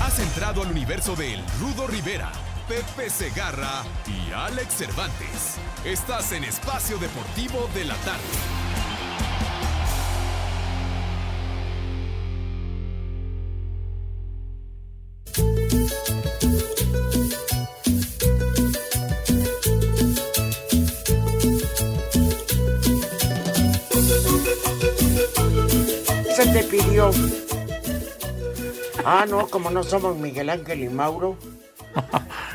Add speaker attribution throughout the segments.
Speaker 1: Has entrado al universo del Rudo Rivera, Pepe Segarra y Alex Cervantes. Estás en Espacio Deportivo de la Tarde.
Speaker 2: Se te pidió. Ah, no, como no somos Miguel Ángel y Mauro,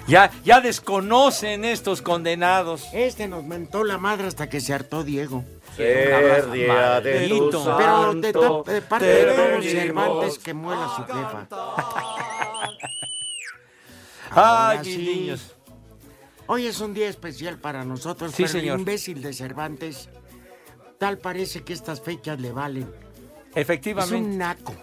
Speaker 3: Ya, ya desconocen estos condenados.
Speaker 2: este nos mentó la madre hasta que se hartó Diego.
Speaker 4: Ser día de tu
Speaker 3: Maldito.
Speaker 4: santo,
Speaker 2: Pero de, to- de parte de todos
Speaker 4: venimos
Speaker 2: Cervantes que muela su jefa.
Speaker 3: Ay,
Speaker 2: Ahora
Speaker 3: mis
Speaker 2: sí.
Speaker 3: niños.
Speaker 2: Hoy es un día especial para nosotros,
Speaker 3: Sí,
Speaker 2: pero
Speaker 3: señor.
Speaker 2: el imbécil de Cervantes, tal parece que estas fechas le valen. Es un
Speaker 3: Efectivamente.
Speaker 2: naco.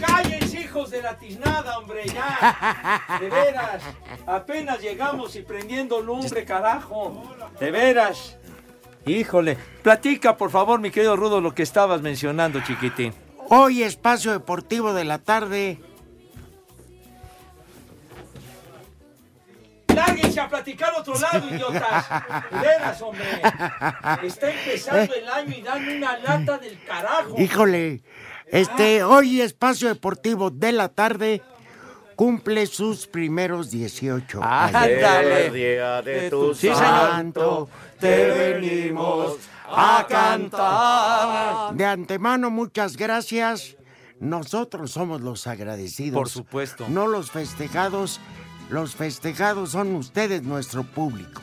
Speaker 3: ¡Cállense, hijos de la tiznada, hombre! ¡Ya! ¡De veras! Apenas llegamos y prendiendo lumbre, carajo. ¡De veras! Híjole. Platica, por favor, mi querido Rudo, lo que estabas mencionando, chiquitín.
Speaker 2: Hoy espacio deportivo de la tarde.
Speaker 3: Lárguense a platicar otro lado, idiotas. De veras, hombre. Está empezando el año y dan una lata del carajo.
Speaker 2: Híjole, este hoy espacio deportivo de la tarde cumple sus primeros 18.
Speaker 3: Ah.
Speaker 2: años.
Speaker 3: Ándale.
Speaker 4: Ser día de tu
Speaker 3: tu- sí,
Speaker 4: santo.
Speaker 3: señor.
Speaker 2: Santo,
Speaker 3: Te venimos a cantar.
Speaker 2: De antemano, muchas gracias. Nosotros somos los agradecidos.
Speaker 3: Por supuesto.
Speaker 2: No los festejados. Los festejados son ustedes, nuestro público.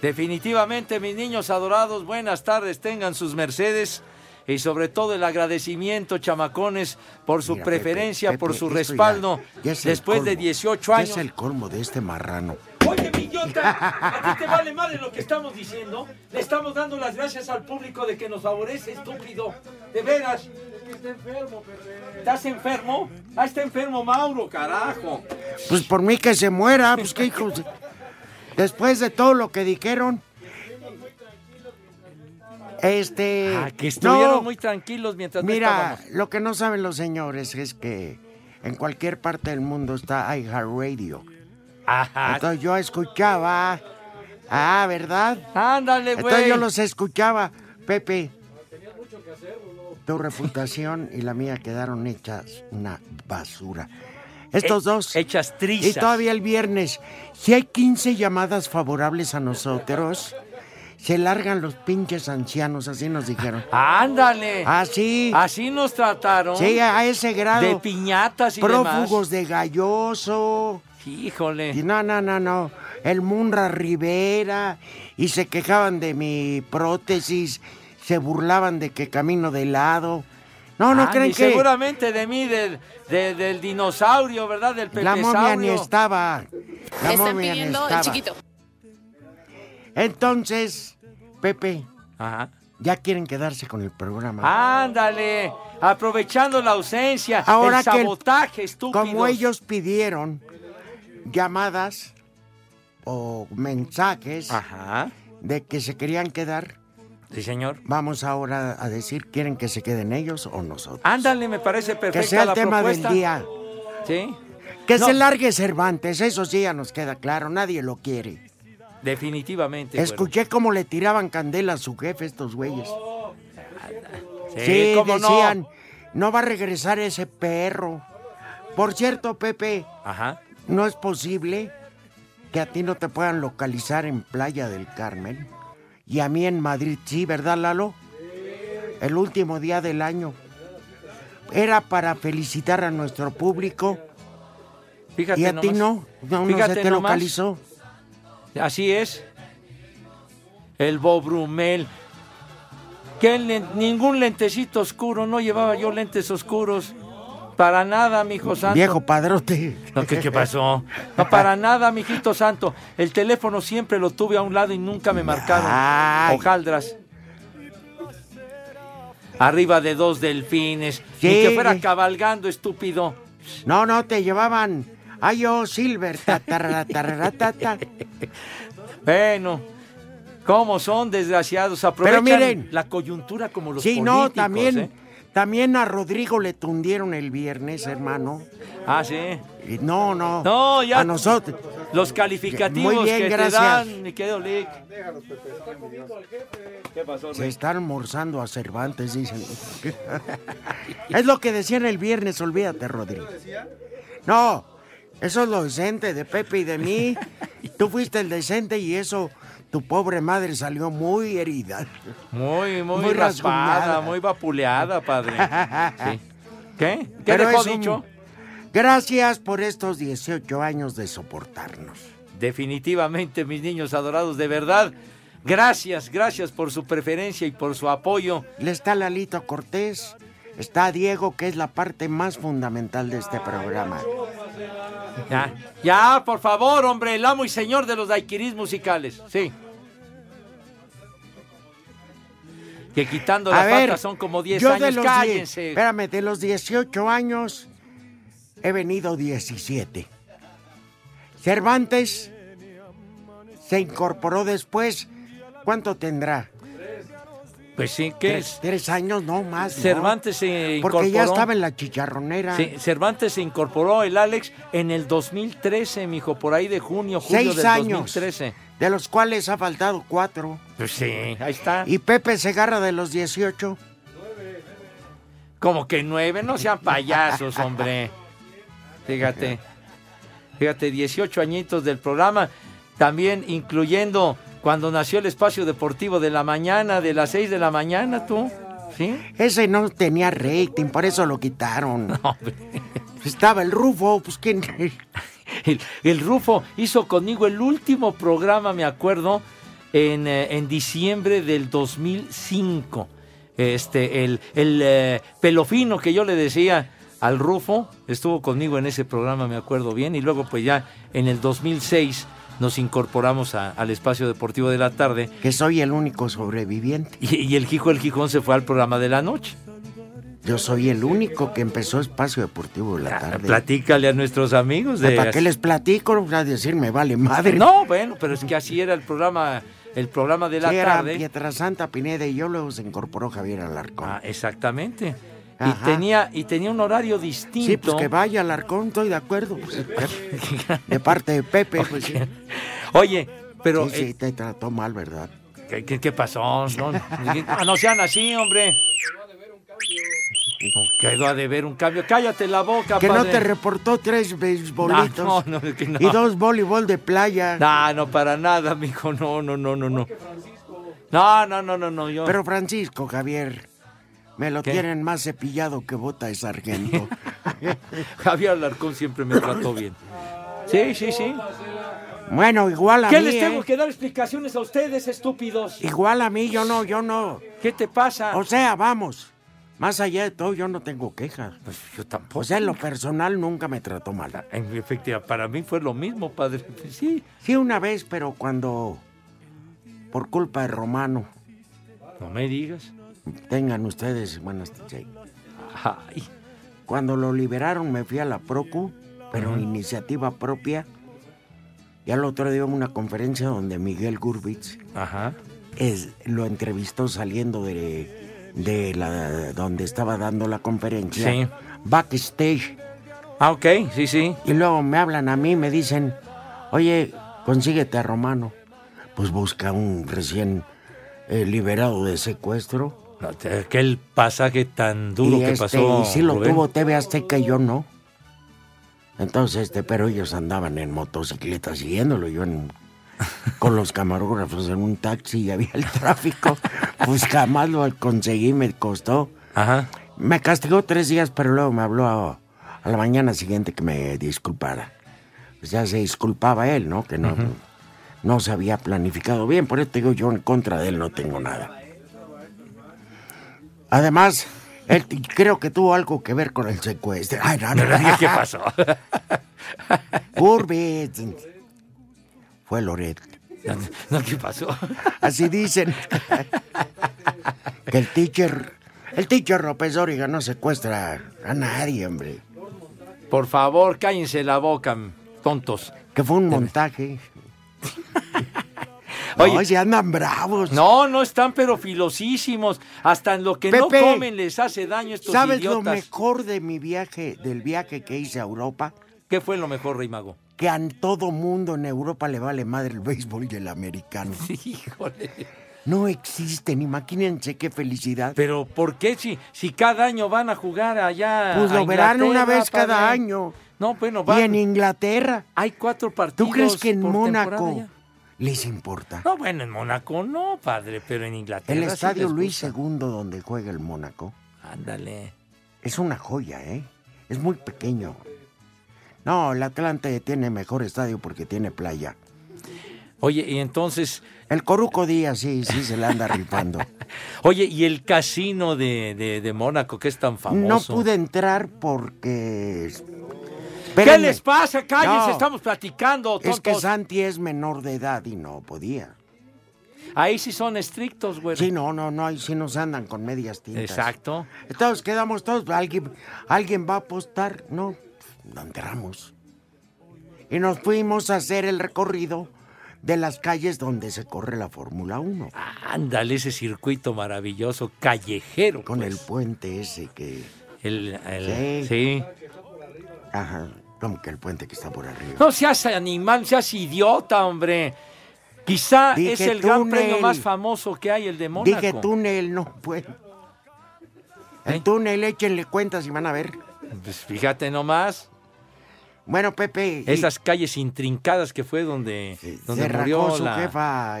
Speaker 3: Definitivamente, mis niños adorados, buenas tardes, tengan sus mercedes. Y sobre todo el agradecimiento, chamacones, por su
Speaker 2: Mira, Pepe,
Speaker 3: preferencia,
Speaker 2: Pepe,
Speaker 3: por su
Speaker 2: esto ya-
Speaker 3: respaldo.
Speaker 2: ya es el
Speaker 3: después de
Speaker 2: colmo,
Speaker 3: 18
Speaker 2: ya
Speaker 3: años.
Speaker 2: Es el colmo de este marrano.
Speaker 5: Oye, mi idiota, ¿a ti te vale madre lo que estamos diciendo? Le estamos dando las gracias al público de que nos favorece, estúpido. De veras. ¿Estás enfermo? Ah, está enfermo Mauro, carajo.
Speaker 2: Pues por mí que se muera, pues qué hijos. de- Después de todo lo que dijeron. Este.
Speaker 3: Ah, que estuvieron
Speaker 2: no,
Speaker 3: muy tranquilos mientras no
Speaker 2: Mira,
Speaker 3: estábamos.
Speaker 2: lo que no saben los señores es que en cualquier parte del mundo está iHeartRadio.
Speaker 3: Ajá.
Speaker 2: Entonces yo escuchaba. Ah, ¿verdad?
Speaker 3: Ándale, güey.
Speaker 2: Entonces yo los escuchaba, Pepe. Tu reputación y la mía quedaron hechas una basura.
Speaker 3: Eh,
Speaker 2: Estos
Speaker 5: Eh,
Speaker 3: He-
Speaker 2: dos.
Speaker 3: hechas
Speaker 2: Y
Speaker 3: trizas.
Speaker 2: todavía el viernes, si hay 15 llamadas favorables a nosotros, se largan los pinches ancianos, así nos dijeron.
Speaker 3: Ándale.
Speaker 2: Así,
Speaker 3: Así nos trataron.
Speaker 2: sí, a ese grado.
Speaker 3: Ah, de piñatas y
Speaker 2: prófugos de Galloso.
Speaker 3: demás.
Speaker 2: Y
Speaker 3: Híjole.
Speaker 2: no, no, no, no. El Munra Rivera. Y se quejaban de mi prótesis. Se burlaban de que camino de lado. No, no
Speaker 3: Ah,
Speaker 2: creen
Speaker 3: y
Speaker 2: que
Speaker 3: Seguramente de mí, del, de- del dinosaurio, ¿verdad? Del
Speaker 2: la momia ni
Speaker 3: pepesaurio.
Speaker 2: estaba. La
Speaker 6: Te están
Speaker 2: momia ni
Speaker 6: pidiendo el
Speaker 2: estaba.
Speaker 6: chiquito.
Speaker 2: Entonces, Pepe,
Speaker 3: Ajá.
Speaker 2: ya quieren quedarse con el
Speaker 3: Ah,
Speaker 2: programa.
Speaker 3: Ándale. Aprovechando la ausencia.
Speaker 2: Ahora
Speaker 3: el
Speaker 2: que el-
Speaker 3: sabotaje, estúpido.
Speaker 2: Como ellos pidieron llamadas o mensajes
Speaker 3: Ah. Ajá.
Speaker 2: de que se querían quedar,
Speaker 3: Sí, señor.
Speaker 2: vamos ahora a decir, ¿quieren que se queden ellos o nosotros?
Speaker 3: Ándale, me parece perfecta
Speaker 2: Que sea el
Speaker 3: la
Speaker 2: tema
Speaker 3: propuesta.
Speaker 2: del día.
Speaker 3: Sí.
Speaker 2: Que
Speaker 3: No.
Speaker 2: se largue Cervantes, eso sí ya nos queda claro, nadie lo quiere.
Speaker 3: Definitivamente.
Speaker 2: Escuché cómo le tiraban candela a su jefe estos güeyes.
Speaker 3: güero.
Speaker 2: Sí,
Speaker 3: cómo no.
Speaker 2: decían, no? va a regresar ese perro. Por cierto, Pepe,
Speaker 3: Ajá.
Speaker 2: no es posible que a ti no te puedan localizar en Playa del Carmen y a mí en Madrid, sí, ¿verdad, Lalo? El último día del año. Era para felicitar a nuestro público
Speaker 3: Fíjate
Speaker 2: y a ti
Speaker 3: nomás.
Speaker 2: no, no, no
Speaker 3: Fíjate
Speaker 2: se te
Speaker 3: nomás.
Speaker 2: localizó.
Speaker 3: Así es. El Bobrumel. Que el len- ningún lentecito oscuro, no llevaba yo lentes oscuros. Para nada, mijo santo.
Speaker 2: Viejo padrote.
Speaker 3: No, ¿qué, qué pasó? No, para nada, mijito santo. El teléfono siempre lo tuve a un lado y nunca me marcaron.
Speaker 2: Ay.
Speaker 3: Hojaldras. Arriba de dos delfines.
Speaker 2: Sí.
Speaker 3: Ni que fuera cabalgando, estúpido.
Speaker 2: No, no, te llevaban. Ay, yo, Silver. ta, tarara, tarara, ta, ta.
Speaker 3: Bueno, ¿cómo son desgraciados? Aprovechan
Speaker 2: miren.
Speaker 3: la coyuntura como los
Speaker 2: Sí,
Speaker 3: políticos.
Speaker 2: no, también,
Speaker 3: ¿eh?
Speaker 2: también a Rodrigo le tundieron el viernes, hermano.
Speaker 3: Ah, sí.
Speaker 2: Y No, no.
Speaker 3: No, ya-
Speaker 2: A nosotros.
Speaker 3: Los calificativos
Speaker 2: Muy bien,
Speaker 3: que
Speaker 2: gracias.
Speaker 3: te dan, mi querido Lick. ¿Qué pasó,
Speaker 2: Se está almorzando a Cervantes, dicen. es lo que decían el viernes, olvídate, Rodrigo. No, eso es lo decente de Pepe y de mí. Tú fuiste el decente y eso, tu pobre madre salió muy herida.
Speaker 3: Muy, muy,
Speaker 2: Muy
Speaker 3: raspada,
Speaker 2: rasguñada.
Speaker 3: muy vapuleada, padre. Sí. ¿Qué? ¿Qué
Speaker 2: Pero
Speaker 3: dejó
Speaker 2: es un-
Speaker 3: dicho?
Speaker 2: Gracias por estos 18 años de soportarnos.
Speaker 3: Definitivamente, mis niños adorados, de verdad. Gracias, gracias por su preferencia y por su apoyo.
Speaker 2: Le está Lalito Cortés, está Diego, que es la parte más fundamental de este programa.
Speaker 3: Ya, ya, por favor, hombre, el amo y señor de los daiquiris musicales. Sí. Que quitando
Speaker 2: A
Speaker 3: la
Speaker 2: ver,
Speaker 3: pata son como 10
Speaker 2: yo
Speaker 3: años.
Speaker 2: de los die-
Speaker 3: Cállense.
Speaker 2: espérame, de los 18 años he venido 17. Cervantes se incorporó después. ¿Cuánto tendrá?
Speaker 3: Pues sí, ¿qué
Speaker 2: Tres,
Speaker 3: es?
Speaker 2: tres años, no más. ¿no?
Speaker 3: Cervantes se incorporó.
Speaker 2: Porque ya estaba en la chicharronera.
Speaker 3: Sí, Cervantes se incorporó el Alex en el 2013, mijo, por ahí de junio, julio
Speaker 2: Seis
Speaker 3: del
Speaker 2: años.
Speaker 3: 2013.
Speaker 2: De los cuales ha faltado cuatro.
Speaker 3: Pues sí, ahí está.
Speaker 2: Y Pepe Segarra de los 18.
Speaker 3: Como que nueve, no sean payasos, hombre. Fíjate. Fíjate, 18 añitos del programa, también incluyendo cuando nació el espacio deportivo de la mañana, de las 6 de la mañana, tú. ¿Sí?
Speaker 2: Ese no tenía rating, por eso lo quitaron.
Speaker 3: Hombre.
Speaker 2: Estaba el Rufo, pues quién.
Speaker 3: El, el Rufo hizo conmigo el último programa, me acuerdo, en, eh, en diciembre del 2005. Este, el, el eh, pelofino que yo le decía al Rufo estuvo conmigo en ese programa, me acuerdo bien, y luego pues ya en el 2006 nos incorporamos a- al espacio deportivo de la tarde
Speaker 2: que soy el único sobreviviente.
Speaker 3: y, y el Hijo el Gijón se fue al programa de la noche.
Speaker 2: Yo soy el único que empezó Espacio Deportivo de la tarde.
Speaker 3: Platícale a nuestros amigos Ah, de...
Speaker 2: ¿Para qué les platico? Van a decir, me vale madre.
Speaker 3: No, bueno, pero es que así era el programa, el programa de la
Speaker 2: Sí, era
Speaker 3: tarde.
Speaker 2: Pietrasanta Pineda y yo luego se incorporó Javier Alarcón.
Speaker 3: Ah, exactamente.
Speaker 2: Ajá.
Speaker 3: Y tenía, y tenía un horario distinto.
Speaker 2: sí, pues que vaya Alarcón, estoy de acuerdo. pues, de parte de Pepe, pues sí.
Speaker 3: Oye, pero
Speaker 2: Sí, sí,
Speaker 3: eh,
Speaker 2: te trató mal, ¿verdad?
Speaker 3: ¿qué- qué, qué pasó? No, Ah, no sean así, hombre. Oh, Quedó a deber un cambio. Cállate la boca,
Speaker 2: Que no
Speaker 3: padre.
Speaker 2: te reportó tres beisbolitos
Speaker 3: No, no, no, que no.
Speaker 2: y dos voleibol de playa.
Speaker 3: No, no, para nada, mijo. No, no, no, no, no. No, no, no, no, no. Yo...
Speaker 2: Pero Francisco Javier, me lo
Speaker 3: ¿Qué?
Speaker 2: tienen más cepillado que bota de sargento.
Speaker 3: Javier Alarcón siempre me trató bien. Sí, sí, sí.
Speaker 2: bueno, igual a
Speaker 3: ¿Qué
Speaker 2: mí,
Speaker 3: les tengo
Speaker 2: ¿eh?
Speaker 3: que dar explicaciones a ustedes, estúpidos?
Speaker 2: Igual a mí, yo no, yo no.
Speaker 3: ¿Qué te pasa?
Speaker 2: O sea, vamos, más allá de todo, yo no tengo quejas.
Speaker 3: Pues yo tampoco.
Speaker 2: O sea, en lo personal nunca me trató mal.
Speaker 3: En efectiva, para mí fue lo mismo, padre. Pues Sí.
Speaker 2: Sí, una vez, pero cuando, por culpa de Romano,
Speaker 3: No me digas.
Speaker 2: tengan ustedes buenas noches.
Speaker 3: Ay,
Speaker 2: Cuando lo liberaron me fui a la Procu, pero iniciativa propia. Y al otro día hubo una conferencia donde Miguel Gurbitz
Speaker 3: ajá.
Speaker 2: es- lo entrevistó saliendo de, de la, donde estaba dando la conferencia.
Speaker 3: Sí.
Speaker 2: Backstage.
Speaker 3: Ah, ok, sí, sí.
Speaker 2: Y luego me hablan a mí, me dicen, oye, consíguete a Romano. Pues busca un recién eh, liberado de secuestro.
Speaker 3: No, te- aquel pasaje tan duro
Speaker 2: y
Speaker 3: que
Speaker 2: este,
Speaker 3: pasó.
Speaker 2: y sí lo
Speaker 3: Rubén.
Speaker 2: tuvo TV Azteca y yo no. Entonces, este, pero ellos andaban en motocicleta siguiéndolo, yo en- con los camarógrafos en un taxi y había el tráfico. pues jamás lo conseguí, me costó.
Speaker 3: Ajá.
Speaker 2: Me castigó tres días, pero luego me habló a, a la mañana siguiente que me disculpara. O sea, se disculpaba él, ¿no? Que no, no se había planificado bien. Por eso te digo, yo en contra de él no tengo nada. Además, Él t- creo que tuvo algo que ver con el secuestro. Ay, no, no, no.
Speaker 3: ¿Qué pasó?
Speaker 2: Urbitz. Fue Loret.
Speaker 3: No, no, ¿Qué pasó?
Speaker 2: Así dicen. que el teacher. El teacher López Dóriga no secuestra a nadie, hombre.
Speaker 3: Por favor, cállense la boca, m- tontos.
Speaker 2: Que fue un montaje.
Speaker 3: Oye.
Speaker 2: no, se andan bravos.
Speaker 3: No, no están pero filosísimos. Hasta en lo que no
Speaker 2: Pepe,
Speaker 3: comen les hace daño a estos
Speaker 2: ¿Sabes lo
Speaker 3: idiotas.
Speaker 2: mejor de mi viaje, del viaje que hice a Europa?
Speaker 3: ¿Qué fue lo mejor, Rey Mago?
Speaker 2: Que a todo mundo en Europa le vale madre el béisbol y el americano.
Speaker 3: Híjole.
Speaker 2: No existen, imagínense qué felicidad.
Speaker 3: Pero ¿por qué si, si cada año van a jugar allá?
Speaker 2: Pues
Speaker 3: a
Speaker 2: lo verán
Speaker 3: Inglaterra,
Speaker 2: una vez
Speaker 3: padre?
Speaker 2: cada año.
Speaker 3: No, bueno,
Speaker 2: Y
Speaker 3: van.
Speaker 2: en Inglaterra.
Speaker 3: Hay cuatro partidos.
Speaker 2: ¿Tú crees que en
Speaker 3: por temporada
Speaker 2: Mónaco
Speaker 3: ya.
Speaker 2: les importa?
Speaker 3: No, bueno, en Mónaco no, padre, pero en Inglaterra.
Speaker 2: El
Speaker 3: sí
Speaker 2: estadio
Speaker 3: les
Speaker 2: Luis
Speaker 3: gusta.
Speaker 2: II donde juega el Mónaco
Speaker 3: Ándale.
Speaker 2: es una joya, ¿eh? Es muy pequeño. No, el Atlante tiene mejor estadio porque tiene playa.
Speaker 3: Oye, y entonces,
Speaker 2: El Coruco Díaz sí, sí se la anda rifando.
Speaker 3: oye, y el casino de, de, de Mónaco, que es tan famoso.
Speaker 2: No pude entrar porque...
Speaker 3: ¿Qué
Speaker 2: Espérenme,
Speaker 3: les pasa? Cállense,
Speaker 2: No.
Speaker 3: estamos platicando, tontos.
Speaker 2: Es que Santi es menor de edad y no podía.
Speaker 3: Ahí sí son estrictos, güey.
Speaker 2: Sí, no, no, no, ahí sí nos andan con medias tintas.
Speaker 3: Exacto.
Speaker 2: Entonces quedamos todos, pues, alguien, alguien va a apostar, ¿no? Lo enterramos. Y nos fuimos a hacer el recorrido de las calles donde se corre la Fórmula 1.
Speaker 3: Ándale, ese circuito maravilloso, callejero.
Speaker 2: Con el
Speaker 3: pues.
Speaker 2: puente ese que...
Speaker 3: el, el-
Speaker 2: Sí.
Speaker 3: sí.
Speaker 2: Ajá, como que el puente que está por arriba.
Speaker 3: No seas animal, seas idiota, hombre. Quizá
Speaker 2: Dije
Speaker 3: es el gran
Speaker 2: túnel.
Speaker 3: premio más famoso que hay, el de Mónaco.
Speaker 2: Dije túnel, no puede.
Speaker 3: ¿Eh?
Speaker 2: El túnel, échenle cuentas y van a ver.
Speaker 3: Pues fíjate nomás,
Speaker 2: Bueno, Pepe... y-
Speaker 3: esas calles intrincadas que fue donde,
Speaker 2: Sí,
Speaker 3: donde
Speaker 2: se
Speaker 3: murió
Speaker 2: rajó su
Speaker 3: la,
Speaker 2: jefa,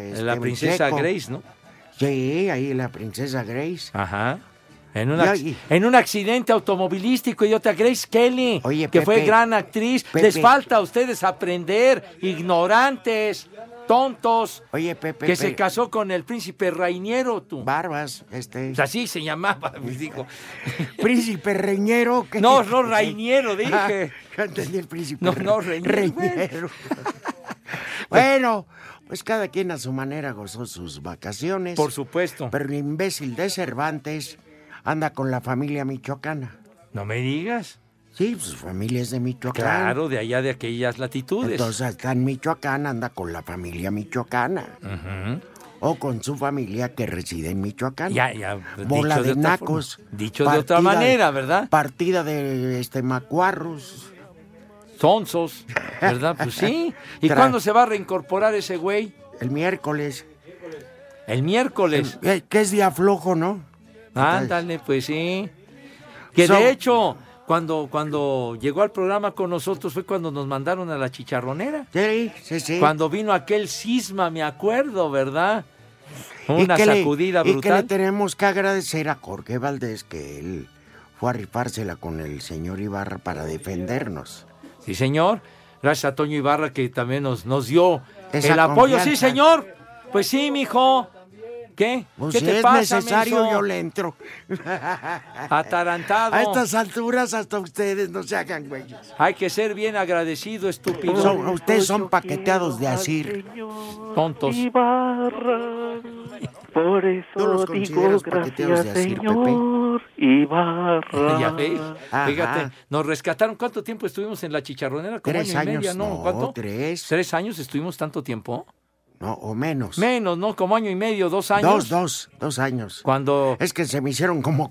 Speaker 3: la
Speaker 2: este,
Speaker 3: princesa
Speaker 2: Checo.
Speaker 3: Grace, ¿no?
Speaker 2: Sí, ahí la princesa Grace.
Speaker 3: Ajá. En un,
Speaker 2: Ya,
Speaker 3: ac-
Speaker 2: y-
Speaker 3: en un accidente automovilístico, idiota Grace Kelly,
Speaker 2: Oye,
Speaker 3: que fue
Speaker 2: Pepe.
Speaker 3: gran actriz.
Speaker 2: Pepe.
Speaker 3: Les falta a ustedes aprender, ignorantes, tontos,
Speaker 2: Oye, Pepe,
Speaker 3: que
Speaker 2: Pepe,
Speaker 3: se casó con el príncipe Rainiero, tú.
Speaker 2: Barbas, este...
Speaker 3: O sea, Así se llamaba, pues, dijo.
Speaker 2: Príncipe Reñero. ¿qué?
Speaker 3: No, no, Rainiero, dije.
Speaker 2: Ah, entendí el príncipe.
Speaker 3: No, no,
Speaker 2: Re-
Speaker 3: Reñero, güey.
Speaker 2: Reñero. bueno, pues cada quien a su manera gozó sus vacaciones.
Speaker 3: Por supuesto.
Speaker 2: Pero el imbécil de Cervantes anda con la familia michoacana.
Speaker 3: No me digas.
Speaker 2: Sí, pues, sus familias de Michoacán.
Speaker 3: Claro, de allá de aquellas latitudes.
Speaker 2: Entonces acá en Michoacán anda con la familia michoacana.
Speaker 3: Ujú.
Speaker 2: O con su familia que reside en Michoacán.
Speaker 3: Ya, ya. dicho
Speaker 2: Bola de,
Speaker 3: otra
Speaker 2: nacos.
Speaker 3: forma. Dicho de otra
Speaker 2: Partida-
Speaker 3: manera, ¿verdad?
Speaker 2: Partida de este macuarros.
Speaker 3: Tonsos, ¿verdad? Pues sí. ¿Y
Speaker 2: Tra-
Speaker 3: cuándo se va a reincorporar ese güey?
Speaker 2: El miércoles.
Speaker 3: El miércoles.
Speaker 2: Eh, que es día flojo, ¿no?
Speaker 3: Ándale, pues sí. Que
Speaker 2: So-
Speaker 3: de hecho, cuando, cuando llegó al programa con nosotros fue cuando nos mandaron a la chicharronera.
Speaker 2: Sí, sí, sí.
Speaker 3: Cuando vino aquel cisma, me acuerdo, ¿verdad?
Speaker 2: ¿Y
Speaker 3: Una
Speaker 2: qué le-
Speaker 3: sacudida
Speaker 2: Y que le
Speaker 3: brutal.
Speaker 2: tenemos que agradecer a Jorge Valdés que él fue a rifársela con el señor Ibarra para defendernos.
Speaker 3: Sí, señor. Gracias a Toño Ibarra que también nos, nos dio
Speaker 2: Esa
Speaker 3: el apoyo. Sí,
Speaker 2: confianza.
Speaker 3: señor. Pues sí, mijo. ¿Qué?
Speaker 2: Pues,
Speaker 3: ¿Qué
Speaker 2: si
Speaker 3: te
Speaker 2: es
Speaker 3: pasa,
Speaker 2: necesario,
Speaker 3: menso?
Speaker 2: yo le entro.
Speaker 3: Atarantado.
Speaker 2: A estas alturas, hasta ustedes no se hagan güeyes.
Speaker 3: Hay que ser bien agradecido, estúpido.
Speaker 2: Son- ustedes son paqueteados de asir.
Speaker 3: Tontos.
Speaker 7: Ibarra. Por
Speaker 2: ¿Tú
Speaker 7: eso
Speaker 2: los
Speaker 7: digo
Speaker 2: consideras paqueteros
Speaker 7: gracias,
Speaker 2: de Asir, Pepe?
Speaker 7: señor Ibarra.
Speaker 3: Ya ves.
Speaker 2: Ajá.
Speaker 3: Fíjate, nos rescataron. ¿Cuánto tiempo estuvimos en la chicharronera? Como
Speaker 2: Tres
Speaker 3: año y media,
Speaker 2: años,
Speaker 3: ¿no?
Speaker 2: no,
Speaker 3: ¿Cuánto?
Speaker 2: tres.
Speaker 3: ¿Tres años estuvimos tanto tiempo?
Speaker 2: No, o menos.
Speaker 3: Menos, ¿no? Como año y medio, dos años.
Speaker 2: dos, dos, dos años.
Speaker 3: Cuando.
Speaker 2: Es que se me hicieron como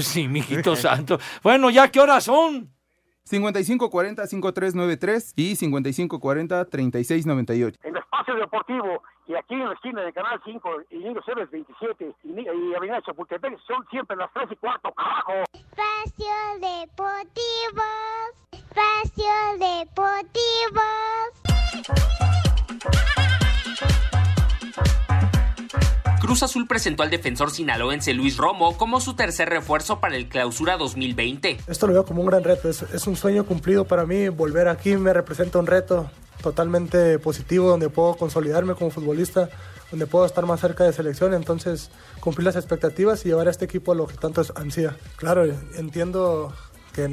Speaker 3: Sí, mijito santo. Bueno, ¿ya qué horas son?
Speaker 8: 5540-5393 y 5540-3698.
Speaker 9: en el espacio deportivo y aquí en la esquina de Canal 5 y Niños Héroes 27 y, Ni- y Avenida Chapultepec son siempre las 3 y cuarto, carajo.
Speaker 10: Espacio Deportivo. Espacio Deportivo.
Speaker 6: Cruz Azul presentó al defensor sinaloense Luis Romo como su tercer refuerzo para el Clausura 2020.
Speaker 7: Esto lo veo como un gran reto, es, es un sueño cumplido para mí, volver aquí me representa un reto totalmente positivo donde puedo consolidarme como futbolista, donde puedo estar más cerca de selección, entonces cumplir las expectativas y llevar a este equipo a lo que tanto ansía. Claro, entiendo que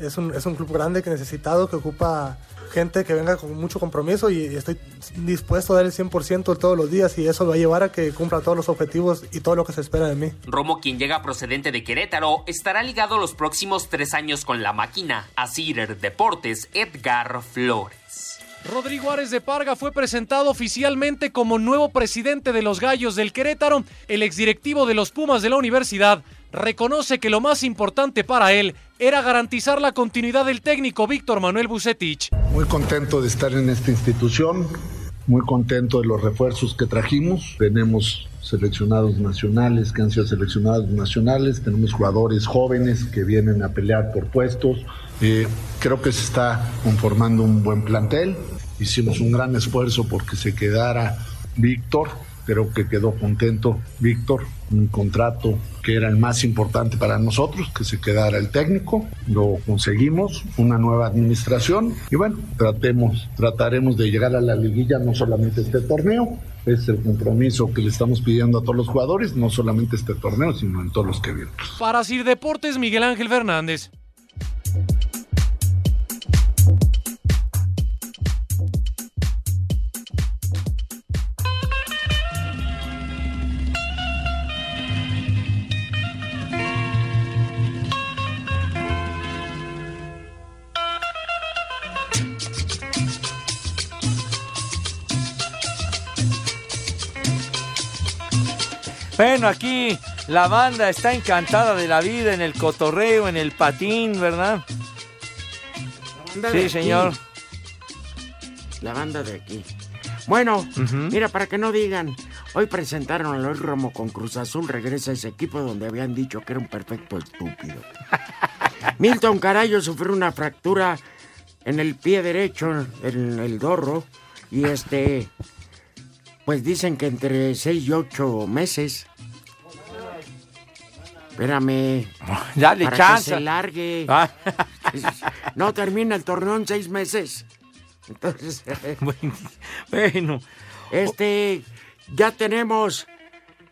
Speaker 7: es un, es un club grande que necesitado, que ocupa gente que venga con mucho compromiso y estoy dispuesto a dar el 100% todos los días y eso lo va a llevar a que cumpla todos los objetivos y todo lo que se espera de mí.
Speaker 6: Romo, quien llega procedente de Querétaro, estará ligado los próximos tres años con la máquina. A Cider Deportes, Edgar Flores.
Speaker 8: Rodrigo Ares de Parga fue presentado oficialmente como nuevo presidente de los Gallos del Querétaro. El exdirectivo de los Pumas de la universidad reconoce que lo más importante para él era garantizar la continuidad del técnico Víctor Manuel Bucetich.
Speaker 11: Muy contento de estar en esta institución, muy contento de los refuerzos que trajimos. Tenemos seleccionados nacionales que han sido seleccionados nacionales, tenemos jugadores jóvenes que vienen a pelear por puestos. Eh, creo que se está conformando un buen plantel. Hicimos un gran esfuerzo porque se quedara Víctor. Creo que quedó contento Víctor, un contrato que era el más importante para nosotros, que se quedara el técnico, lo conseguimos, una nueva administración y bueno, tratemos, trataremos de llegar a la liguilla no solamente este torneo, es el compromiso que le estamos pidiendo a todos los jugadores, no solamente este torneo, sino en todos los que vienen.
Speaker 8: Para Sir Deportes, Miguel Ángel Fernández.
Speaker 3: Bueno, aquí la banda está encantada de la vida, en el cotorreo, en el patín, ¿verdad?
Speaker 2: banda de
Speaker 3: Sí,
Speaker 2: aquí.
Speaker 3: señor.
Speaker 2: La banda de aquí. Bueno, mira, para que no digan, hoy presentaron a Luis Romo con Cruz Azul, regresa a ese equipo donde habían dicho que era un perfecto estúpido. Milton Carayo sufrió una fractura en el pie derecho, en el dorro, y este, pues dicen que entre 6 y 8 meses. Espérame.
Speaker 3: Dale
Speaker 2: para
Speaker 3: chance.
Speaker 2: Que se largue.
Speaker 3: Ah.
Speaker 2: No termina el torneo en seis meses. Entonces.
Speaker 3: bueno.
Speaker 2: Este. Ya tenemos.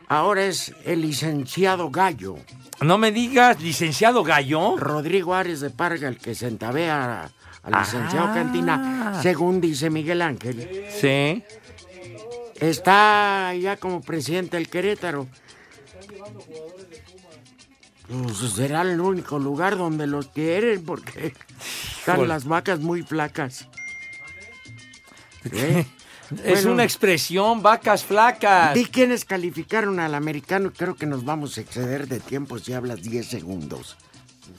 Speaker 2: Ahora es el licenciado Gallo.
Speaker 3: No me digas, licenciado Gallo.
Speaker 2: Rodrigo Ares de Parga, el que sentabea al
Speaker 3: Ah.
Speaker 2: licenciado Cantina, según dice Miguel Ángel.
Speaker 3: Sí.
Speaker 2: Está ya como presidente del Querétaro. Pues será el único lugar donde los quieren porque están
Speaker 3: Híjole.
Speaker 2: las vacas muy flacas. ¿Eh?
Speaker 3: ¿Qué? Es
Speaker 2: Bueno.
Speaker 3: una expresión, vacas flacas.
Speaker 2: Di quienes calificaron al americano. Creo que nos vamos a exceder de tiempo si hablas 10 segundos.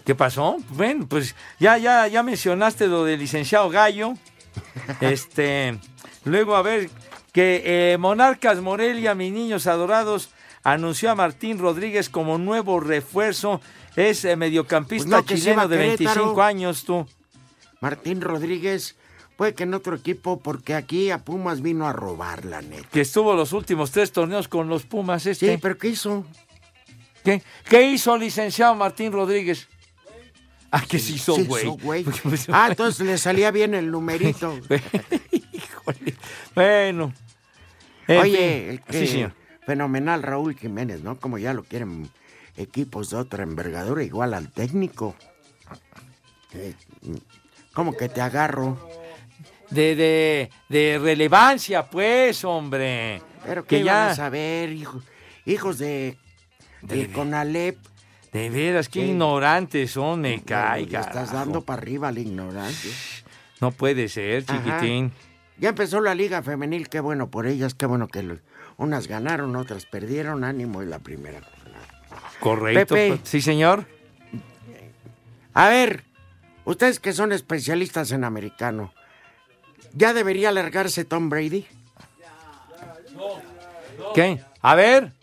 Speaker 3: ¿Qué pasó? Bueno, pues ya, ya, ya mencionaste lo del licenciado Gallo. Este, luego a ver que eh, Monarcas Morelia, mis niños adorados, anunció a Martín Rodríguez como nuevo refuerzo. Es eh,
Speaker 2: Pues
Speaker 3: mediocampista
Speaker 2: no, que se
Speaker 3: chileno
Speaker 2: va a
Speaker 3: de
Speaker 2: Querétaro.
Speaker 3: 25 años, tú.
Speaker 2: Martín Rodríguez, puede que en otro equipo, porque aquí a Pumas vino a robar, la neta.
Speaker 3: Que estuvo los últimos tres torneos con los Pumas. Este.
Speaker 2: Sí, pero ¿qué hizo?
Speaker 3: ¿Qué, qué hizo el licenciado Martín Rodríguez? Ah, que se hizo,
Speaker 2: Sí,
Speaker 3: güey.
Speaker 2: hizo, Ah, entonces le salía bien el numerito.
Speaker 3: Bueno. En fin.
Speaker 2: Oye, el que-
Speaker 3: Sí, señor.
Speaker 2: fenomenal Raúl Jiménez, ¿no? Como ya lo quieren equipos de otra envergadura, igual al técnico. Eh, Como que te agarro.
Speaker 3: De, de, de relevancia, pues, hombre.
Speaker 2: Pero que ya a saber, hijo- hijos de, de, Conalep.
Speaker 3: De veras, qué
Speaker 2: Sí.
Speaker 3: ignorantes son, me
Speaker 2: Le
Speaker 3: caiga.
Speaker 2: estás dando para arriba al ignorante.
Speaker 3: No puede ser,
Speaker 2: Ajá.
Speaker 3: chiquitín.
Speaker 2: Ya empezó la liga femenil, qué bueno por ellas, qué bueno que lo- unas ganaron, otras perdieron, ánimo y la primera.
Speaker 3: Correcto.
Speaker 2: Pepe.
Speaker 3: pues, Sí, señor.
Speaker 2: A ver, ustedes que son especialistas en americano, ¿ya debería largarse Tom Brady?
Speaker 3: ¿Qué? A ver.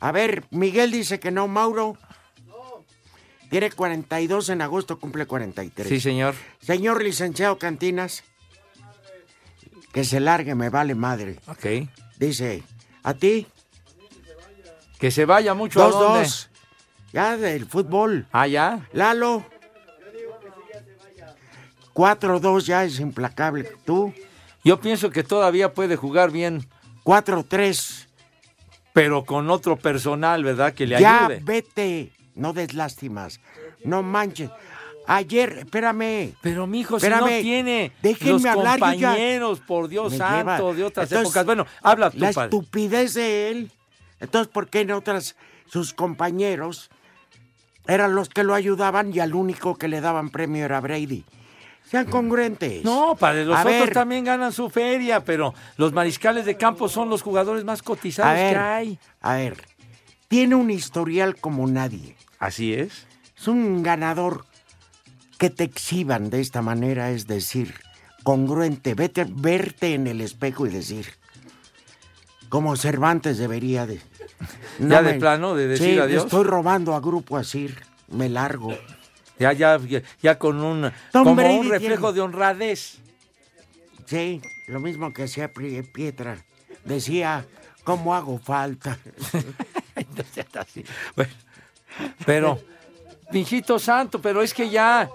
Speaker 2: A ver, Miguel dice que no, Mauro. Tiene 42 en agosto, cumple 43.
Speaker 3: Sí, señor.
Speaker 2: Señor licenciado Cantinas, que se largue, me vale madre.
Speaker 3: Ok.
Speaker 2: Dice, ¿a ti?
Speaker 3: Que se vaya mucho
Speaker 2: dos,
Speaker 3: a dónde?
Speaker 2: dos. Ya del fútbol.
Speaker 3: Ah, ya.
Speaker 2: Lalo. 4-2 ya es implacable. ¿Tú?
Speaker 3: Yo pienso que todavía puede jugar bien.
Speaker 2: 4-3.
Speaker 3: pero con otro personal, ¿verdad? Que le
Speaker 2: ya
Speaker 3: ayude.
Speaker 2: vete, no des lástimas, no manches. Ayer, espérame.
Speaker 3: Pero mi hijo, si no tiene
Speaker 2: déjenme
Speaker 3: los
Speaker 2: hablar, yo ya-
Speaker 3: compañeros, por Dios
Speaker 2: Me
Speaker 3: santo,
Speaker 2: lleva.
Speaker 3: de otras
Speaker 2: Entonces,
Speaker 3: épocas. Bueno, habla tú,
Speaker 2: La
Speaker 3: padre.
Speaker 2: estupidez de él. Entonces, ¿por qué en otras sus compañeros eran los que lo ayudaban y al único que le daban premio era Brady? Sean congruentes.
Speaker 3: Mm. No, padre, los
Speaker 2: A
Speaker 3: otros
Speaker 2: ver.
Speaker 3: también ganan su feria, pero los mariscales de campo son los jugadores más cotizados
Speaker 2: A ver,
Speaker 3: que hay.
Speaker 2: a ver, tiene un historial como nadie.
Speaker 3: Así es.
Speaker 2: Es un ganador. Que te exhiban de esta manera es decir, congruente, vete, verte en el espejo y decir, como Cervantes debería de...
Speaker 3: Ya de plano, de decir
Speaker 2: Sí,
Speaker 3: adiós.
Speaker 2: estoy robando a Grupo Asir, me largo.
Speaker 3: Ya, ya, ya, ya con un,
Speaker 2: Tom
Speaker 3: como
Speaker 2: Brady
Speaker 3: un
Speaker 2: tiene-
Speaker 3: reflejo de honradez.
Speaker 2: Sí, lo mismo que hacía Pri- Pietra. Decía, ¿cómo hago falta?
Speaker 3: Pero, pinchito santo, pero es que ya,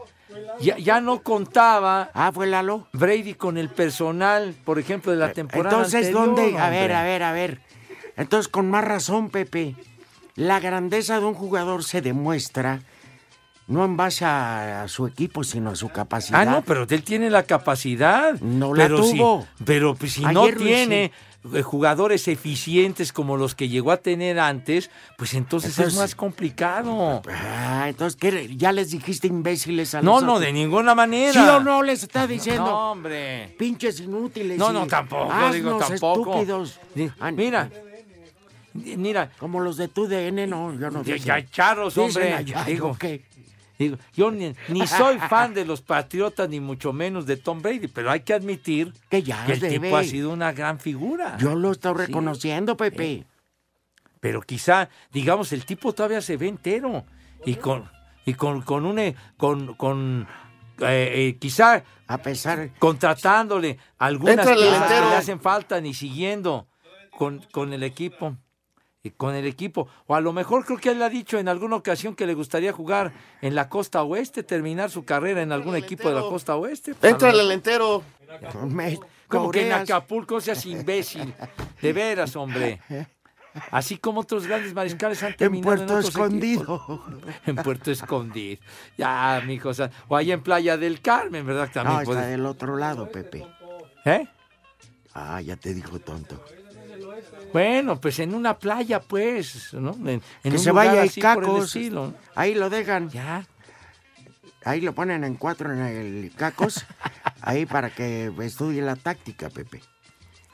Speaker 3: ya, ya no contaba.
Speaker 2: Ah, fue Lalo.
Speaker 3: Brady con el personal, por ejemplo, de la temporada
Speaker 2: Eh, Entonces,
Speaker 3: anterior,
Speaker 2: ¿dónde? A
Speaker 3: hombre.
Speaker 2: ver, a ver, a ver. Entonces, con más razón, Pepe, la grandeza de un jugador se demuestra no en base a, a su equipo, sino a su capacidad.
Speaker 3: Ah, no, pero él tiene la capacidad. No
Speaker 2: la
Speaker 3: pero
Speaker 2: tuvo.
Speaker 3: Si, pero pues, si
Speaker 2: Ayer
Speaker 3: no
Speaker 2: lo
Speaker 3: tiene eh, jugadores eficientes como los que llegó a tener antes, pues entonces,
Speaker 2: Entonces-
Speaker 3: es más complicado.
Speaker 2: Ah, entonces, ¿qué? ¿Ya les dijiste imbéciles a
Speaker 3: No,
Speaker 2: los
Speaker 3: no,
Speaker 2: otros?
Speaker 3: de ninguna manera.
Speaker 2: ¿Sí o no les está diciendo?
Speaker 3: No, hombre.
Speaker 2: Pinches inútiles.
Speaker 3: No,
Speaker 2: y
Speaker 3: no, tampoco, digo,
Speaker 2: asnos
Speaker 3: tampoco.
Speaker 2: estúpidos. Ah,
Speaker 3: Mira. Mira.
Speaker 2: Como los de tu DN, no, yo no
Speaker 3: Ya-
Speaker 2: dije.
Speaker 3: ya, charros,
Speaker 2: Dicen
Speaker 3: hombre.
Speaker 2: allá,
Speaker 3: Digo.
Speaker 2: ¿qué?
Speaker 3: Digo, yo ni, ni soy fan de los Patriotas, ni mucho menos de Tom Brady, pero hay que admitir
Speaker 2: que, ya
Speaker 3: el
Speaker 2: debe.
Speaker 3: tipo ha sido una gran figura.
Speaker 2: Yo lo estoy reconociendo,
Speaker 3: Eh.
Speaker 2: Pepe.
Speaker 3: Pero quizá, digamos, el tipo todavía se ve entero. Y con, y con, con un eh, con, con eh, eh, quizá
Speaker 2: a pesar
Speaker 3: contratándole algunas
Speaker 4: Éntrale,
Speaker 3: piezas que
Speaker 4: entero.
Speaker 3: le hacen falta ni siguiendo con, con el equipo. Y Con el equipo. O a lo mejor creo que él ha dicho en alguna ocasión que le gustaría jugar en la costa oeste, terminar su carrera en algún equipo de la costa oeste. Pues, a lo
Speaker 4: Éntrale al
Speaker 3: mejor-
Speaker 4: entero.
Speaker 2: Me
Speaker 3: como que en
Speaker 2: coreas.
Speaker 3: Acapulco seas imbécil. De veras, hombre. Así como otros grandes mariscales han
Speaker 2: En
Speaker 3: terminado
Speaker 2: Puerto
Speaker 3: otros equipos.
Speaker 2: Escondido.
Speaker 3: En Puerto Escondido. Ya, mijo. O, sea, o ahí en Playa del Carmen, ¿verdad? Que También
Speaker 2: No, está
Speaker 3: puedes-
Speaker 2: del otro lado, Pepe.
Speaker 3: ¿Eh?
Speaker 2: Ah, ya te dijo tonto.
Speaker 3: Bueno, pues en una playa, pues, ¿no? En, en
Speaker 2: Que
Speaker 3: un
Speaker 2: se
Speaker 3: lugar
Speaker 2: vaya
Speaker 3: así
Speaker 2: y
Speaker 3: por el
Speaker 2: cacos.
Speaker 3: estilo.
Speaker 2: Ahí lo dejan.
Speaker 3: Ya.
Speaker 2: Ahí lo ponen en cuatro en el cacos. ahí para que estudie la táctica, Pepe.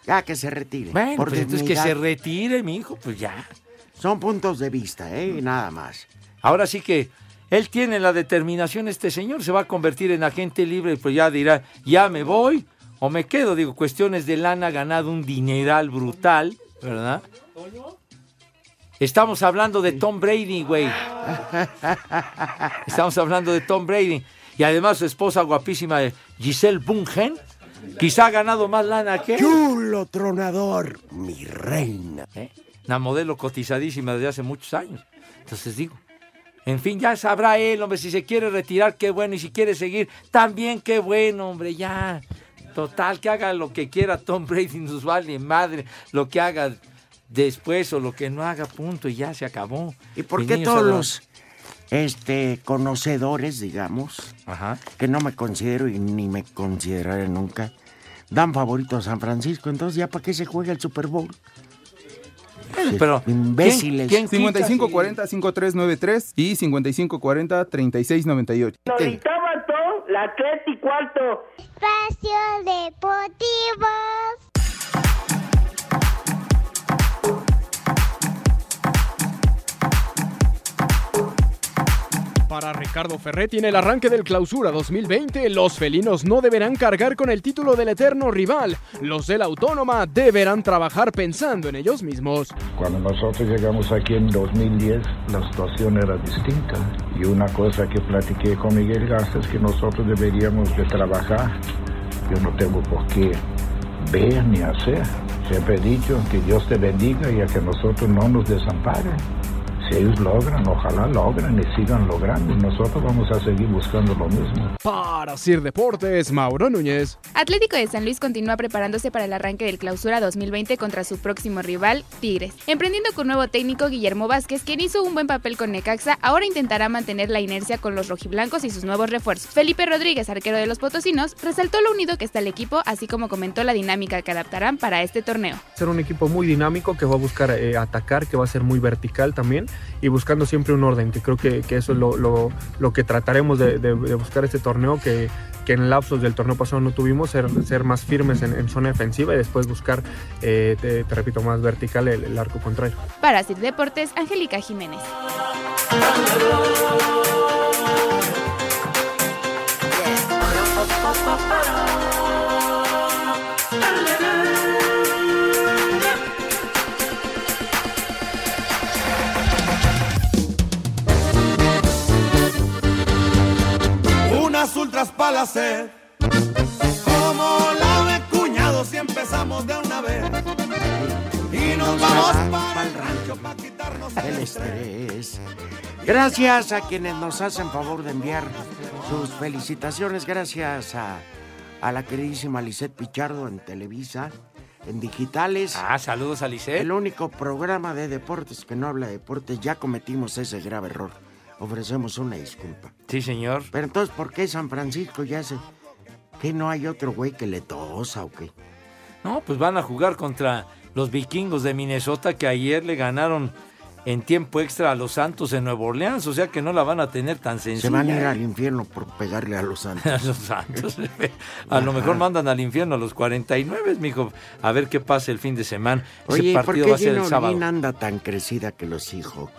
Speaker 2: Ya que se retire.
Speaker 3: Bueno,
Speaker 2: por
Speaker 3: pues entonces que
Speaker 2: dignidad.
Speaker 3: se retire, mi hijo, pues ya.
Speaker 2: Son puntos de vista, ¿eh? Y Nada más.
Speaker 3: Ahora sí que él tiene la determinación, este señor se va a convertir en agente libre, y pues ya dirá, ya me voy o me quedo. Digo, cuestiones de lana, ha ganado un dineral brutal, ¿verdad? Estamos hablando de Tom Brady, güey. Estamos hablando de Tom Brady. Y además su esposa guapísima, Giselle Bungen, quizá ha ganado más lana que él.
Speaker 2: Chulo tronador, mi reina.
Speaker 3: ¿eh? Una modelo cotizadísima desde hace muchos años. Entonces digo, en fin, ya sabrá él, hombre, si se quiere retirar, qué bueno, y si quiere seguir, también qué bueno, hombre, ya. Total, que haga lo que quiera Tom Brady, nos vale madre, lo que haga después o lo que no haga, punto, y ya se acabó.
Speaker 2: ¿Y por
Speaker 3: Mis
Speaker 2: qué
Speaker 3: niños
Speaker 2: todos
Speaker 3: adorados.
Speaker 2: los este, conocedores, digamos, que no me considero y ni me consideraré nunca, dan favorito a San Francisco? Entonces, ¿ya para qué se juega el Super Bowl?
Speaker 3: Pero,
Speaker 2: imbéciles.
Speaker 12: 5540-5393 y 5540-3698.
Speaker 10: la Atleti Cuarto. Espacio Deportivo.
Speaker 13: Para Ricardo Ferretti en el arranque del clausura 2020, los felinos no deberán cargar con el título del eterno rival. Los de la autónoma deberán trabajar pensando en ellos mismos.
Speaker 11: Cuando nosotros llegamos aquí en 2010, la situación era distinta. Y una cosa que platiqué con Miguel Gas es que nosotros deberíamos de trabajar. Yo no tengo por qué ver ni hacer. Siempre he dicho que Dios te bendiga y a que nosotros no nos desampare.
Speaker 12: Si ellos logran, ojalá logren y sigan logrando. Nosotros vamos a seguir buscando lo mismo.
Speaker 13: Para Sir Deportes, Mauro Núñez.
Speaker 14: Atlético de San Luis continúa preparándose para el arranque del clausura 2020 contra su próximo rival, Tigres. Emprendiendo con nuevo técnico Guillermo Vázquez, quien hizo un buen papel con Necaxa, ahora intentará mantener la inercia con los rojiblancos y sus nuevos refuerzos. Felipe Rodríguez, arquero de los Potosinos, resaltó lo unido que está el equipo, así como comentó la dinámica que adaptarán para este torneo.
Speaker 15: ser un equipo muy dinámico que va a buscar eh, atacar, que va a ser muy vertical también y buscando siempre un orden, que creo que, que eso es lo, lo- lo que trataremos de, de- de buscar este torneo, que, que en lapsos del torneo pasado no tuvimos, ser, ser más firmes en, en zona defensiva y después buscar, eh, te, te repito, más vertical el- el arco contrario.
Speaker 14: Para Sir Deportes, Angélica Jiménez.
Speaker 16: Unas ultras para hacer. Como la de cuñado, si empezamos de una vez. Y nos vamos para el rancho pa' quitarnos
Speaker 2: El estrés. Gracias a quienes nos hacen favor de enviar sus felicitaciones. Gracias a, a la queridísima Lisette Pichardo en Televisa, en Digitales.
Speaker 3: Ah, saludos a Lisette.
Speaker 2: El único programa de deportes que no habla de deportes. Ya cometimos ese grave error. Ofrecemos una disculpa.
Speaker 3: Sí, señor.
Speaker 2: Pero entonces, ¿por qué San Francisco ya se... ¿Que no hay otro güey que le tosa o qué?
Speaker 3: No, pues van a jugar contra los vikingos de Minnesota que ayer le ganaron en tiempo extra a los Santos en Nueva Orleans, o sea que no la van a tener tan sencilla.
Speaker 2: Se van a ir al infierno por pegarle a los santos.
Speaker 3: A los Santos. A lo mejor
Speaker 2: Ajá.
Speaker 3: mandan al infierno a los 49, mijo. A ver qué pasa el fin de semana. Ese
Speaker 2: Oye, ¿y ¿por
Speaker 3: partido
Speaker 2: qué
Speaker 3: va a ser el
Speaker 2: Gina
Speaker 3: sábado.
Speaker 2: Holguín anda tan crecida que los hijos?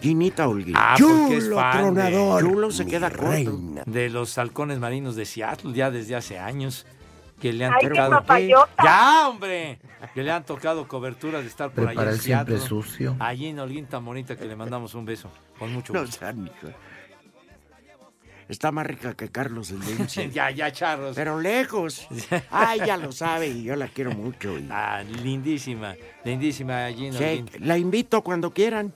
Speaker 2: Ginita Holguín.
Speaker 3: Ah, porque es fan de-
Speaker 2: Chulo se queda corto.
Speaker 3: De los halcones marinos de Seattle, ya desde hace años. Que le han
Speaker 17: Ay, qué
Speaker 3: tocado.
Speaker 17: papayota.
Speaker 3: ¡Ya, hombre! Que le han tocado coberturas de estar por
Speaker 17: Prepara
Speaker 3: allá en
Speaker 17: el siempre
Speaker 3: Seattle.
Speaker 17: sucio.
Speaker 3: Allí en Holguín tan bonita que le mandamos un beso. Con mucho
Speaker 2: No
Speaker 3: gusto.
Speaker 2: sean, hijo. Está más rica que Carlos el Lince.
Speaker 3: ya, ya, charros.
Speaker 2: Pero lejos. Ay, ya lo sabe y yo la quiero mucho. y-
Speaker 3: Ah, lindísima, lindísima Gina
Speaker 2: Sí,
Speaker 3: Holguín.
Speaker 2: la invito cuando quieran.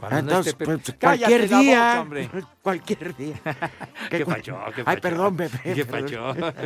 Speaker 3: Cuando no
Speaker 2: Entonces,
Speaker 3: esté Pepe-
Speaker 2: pues,
Speaker 3: Cállate
Speaker 2: cualquier
Speaker 3: la
Speaker 2: día.
Speaker 3: boca, hombre.
Speaker 2: Cualquier día.
Speaker 3: ¿Qué pacho? ¿Qué
Speaker 2: Ay,
Speaker 3: pacho?
Speaker 2: perdón, Pepe.
Speaker 3: ¿Qué
Speaker 2: perdón.
Speaker 3: pacho?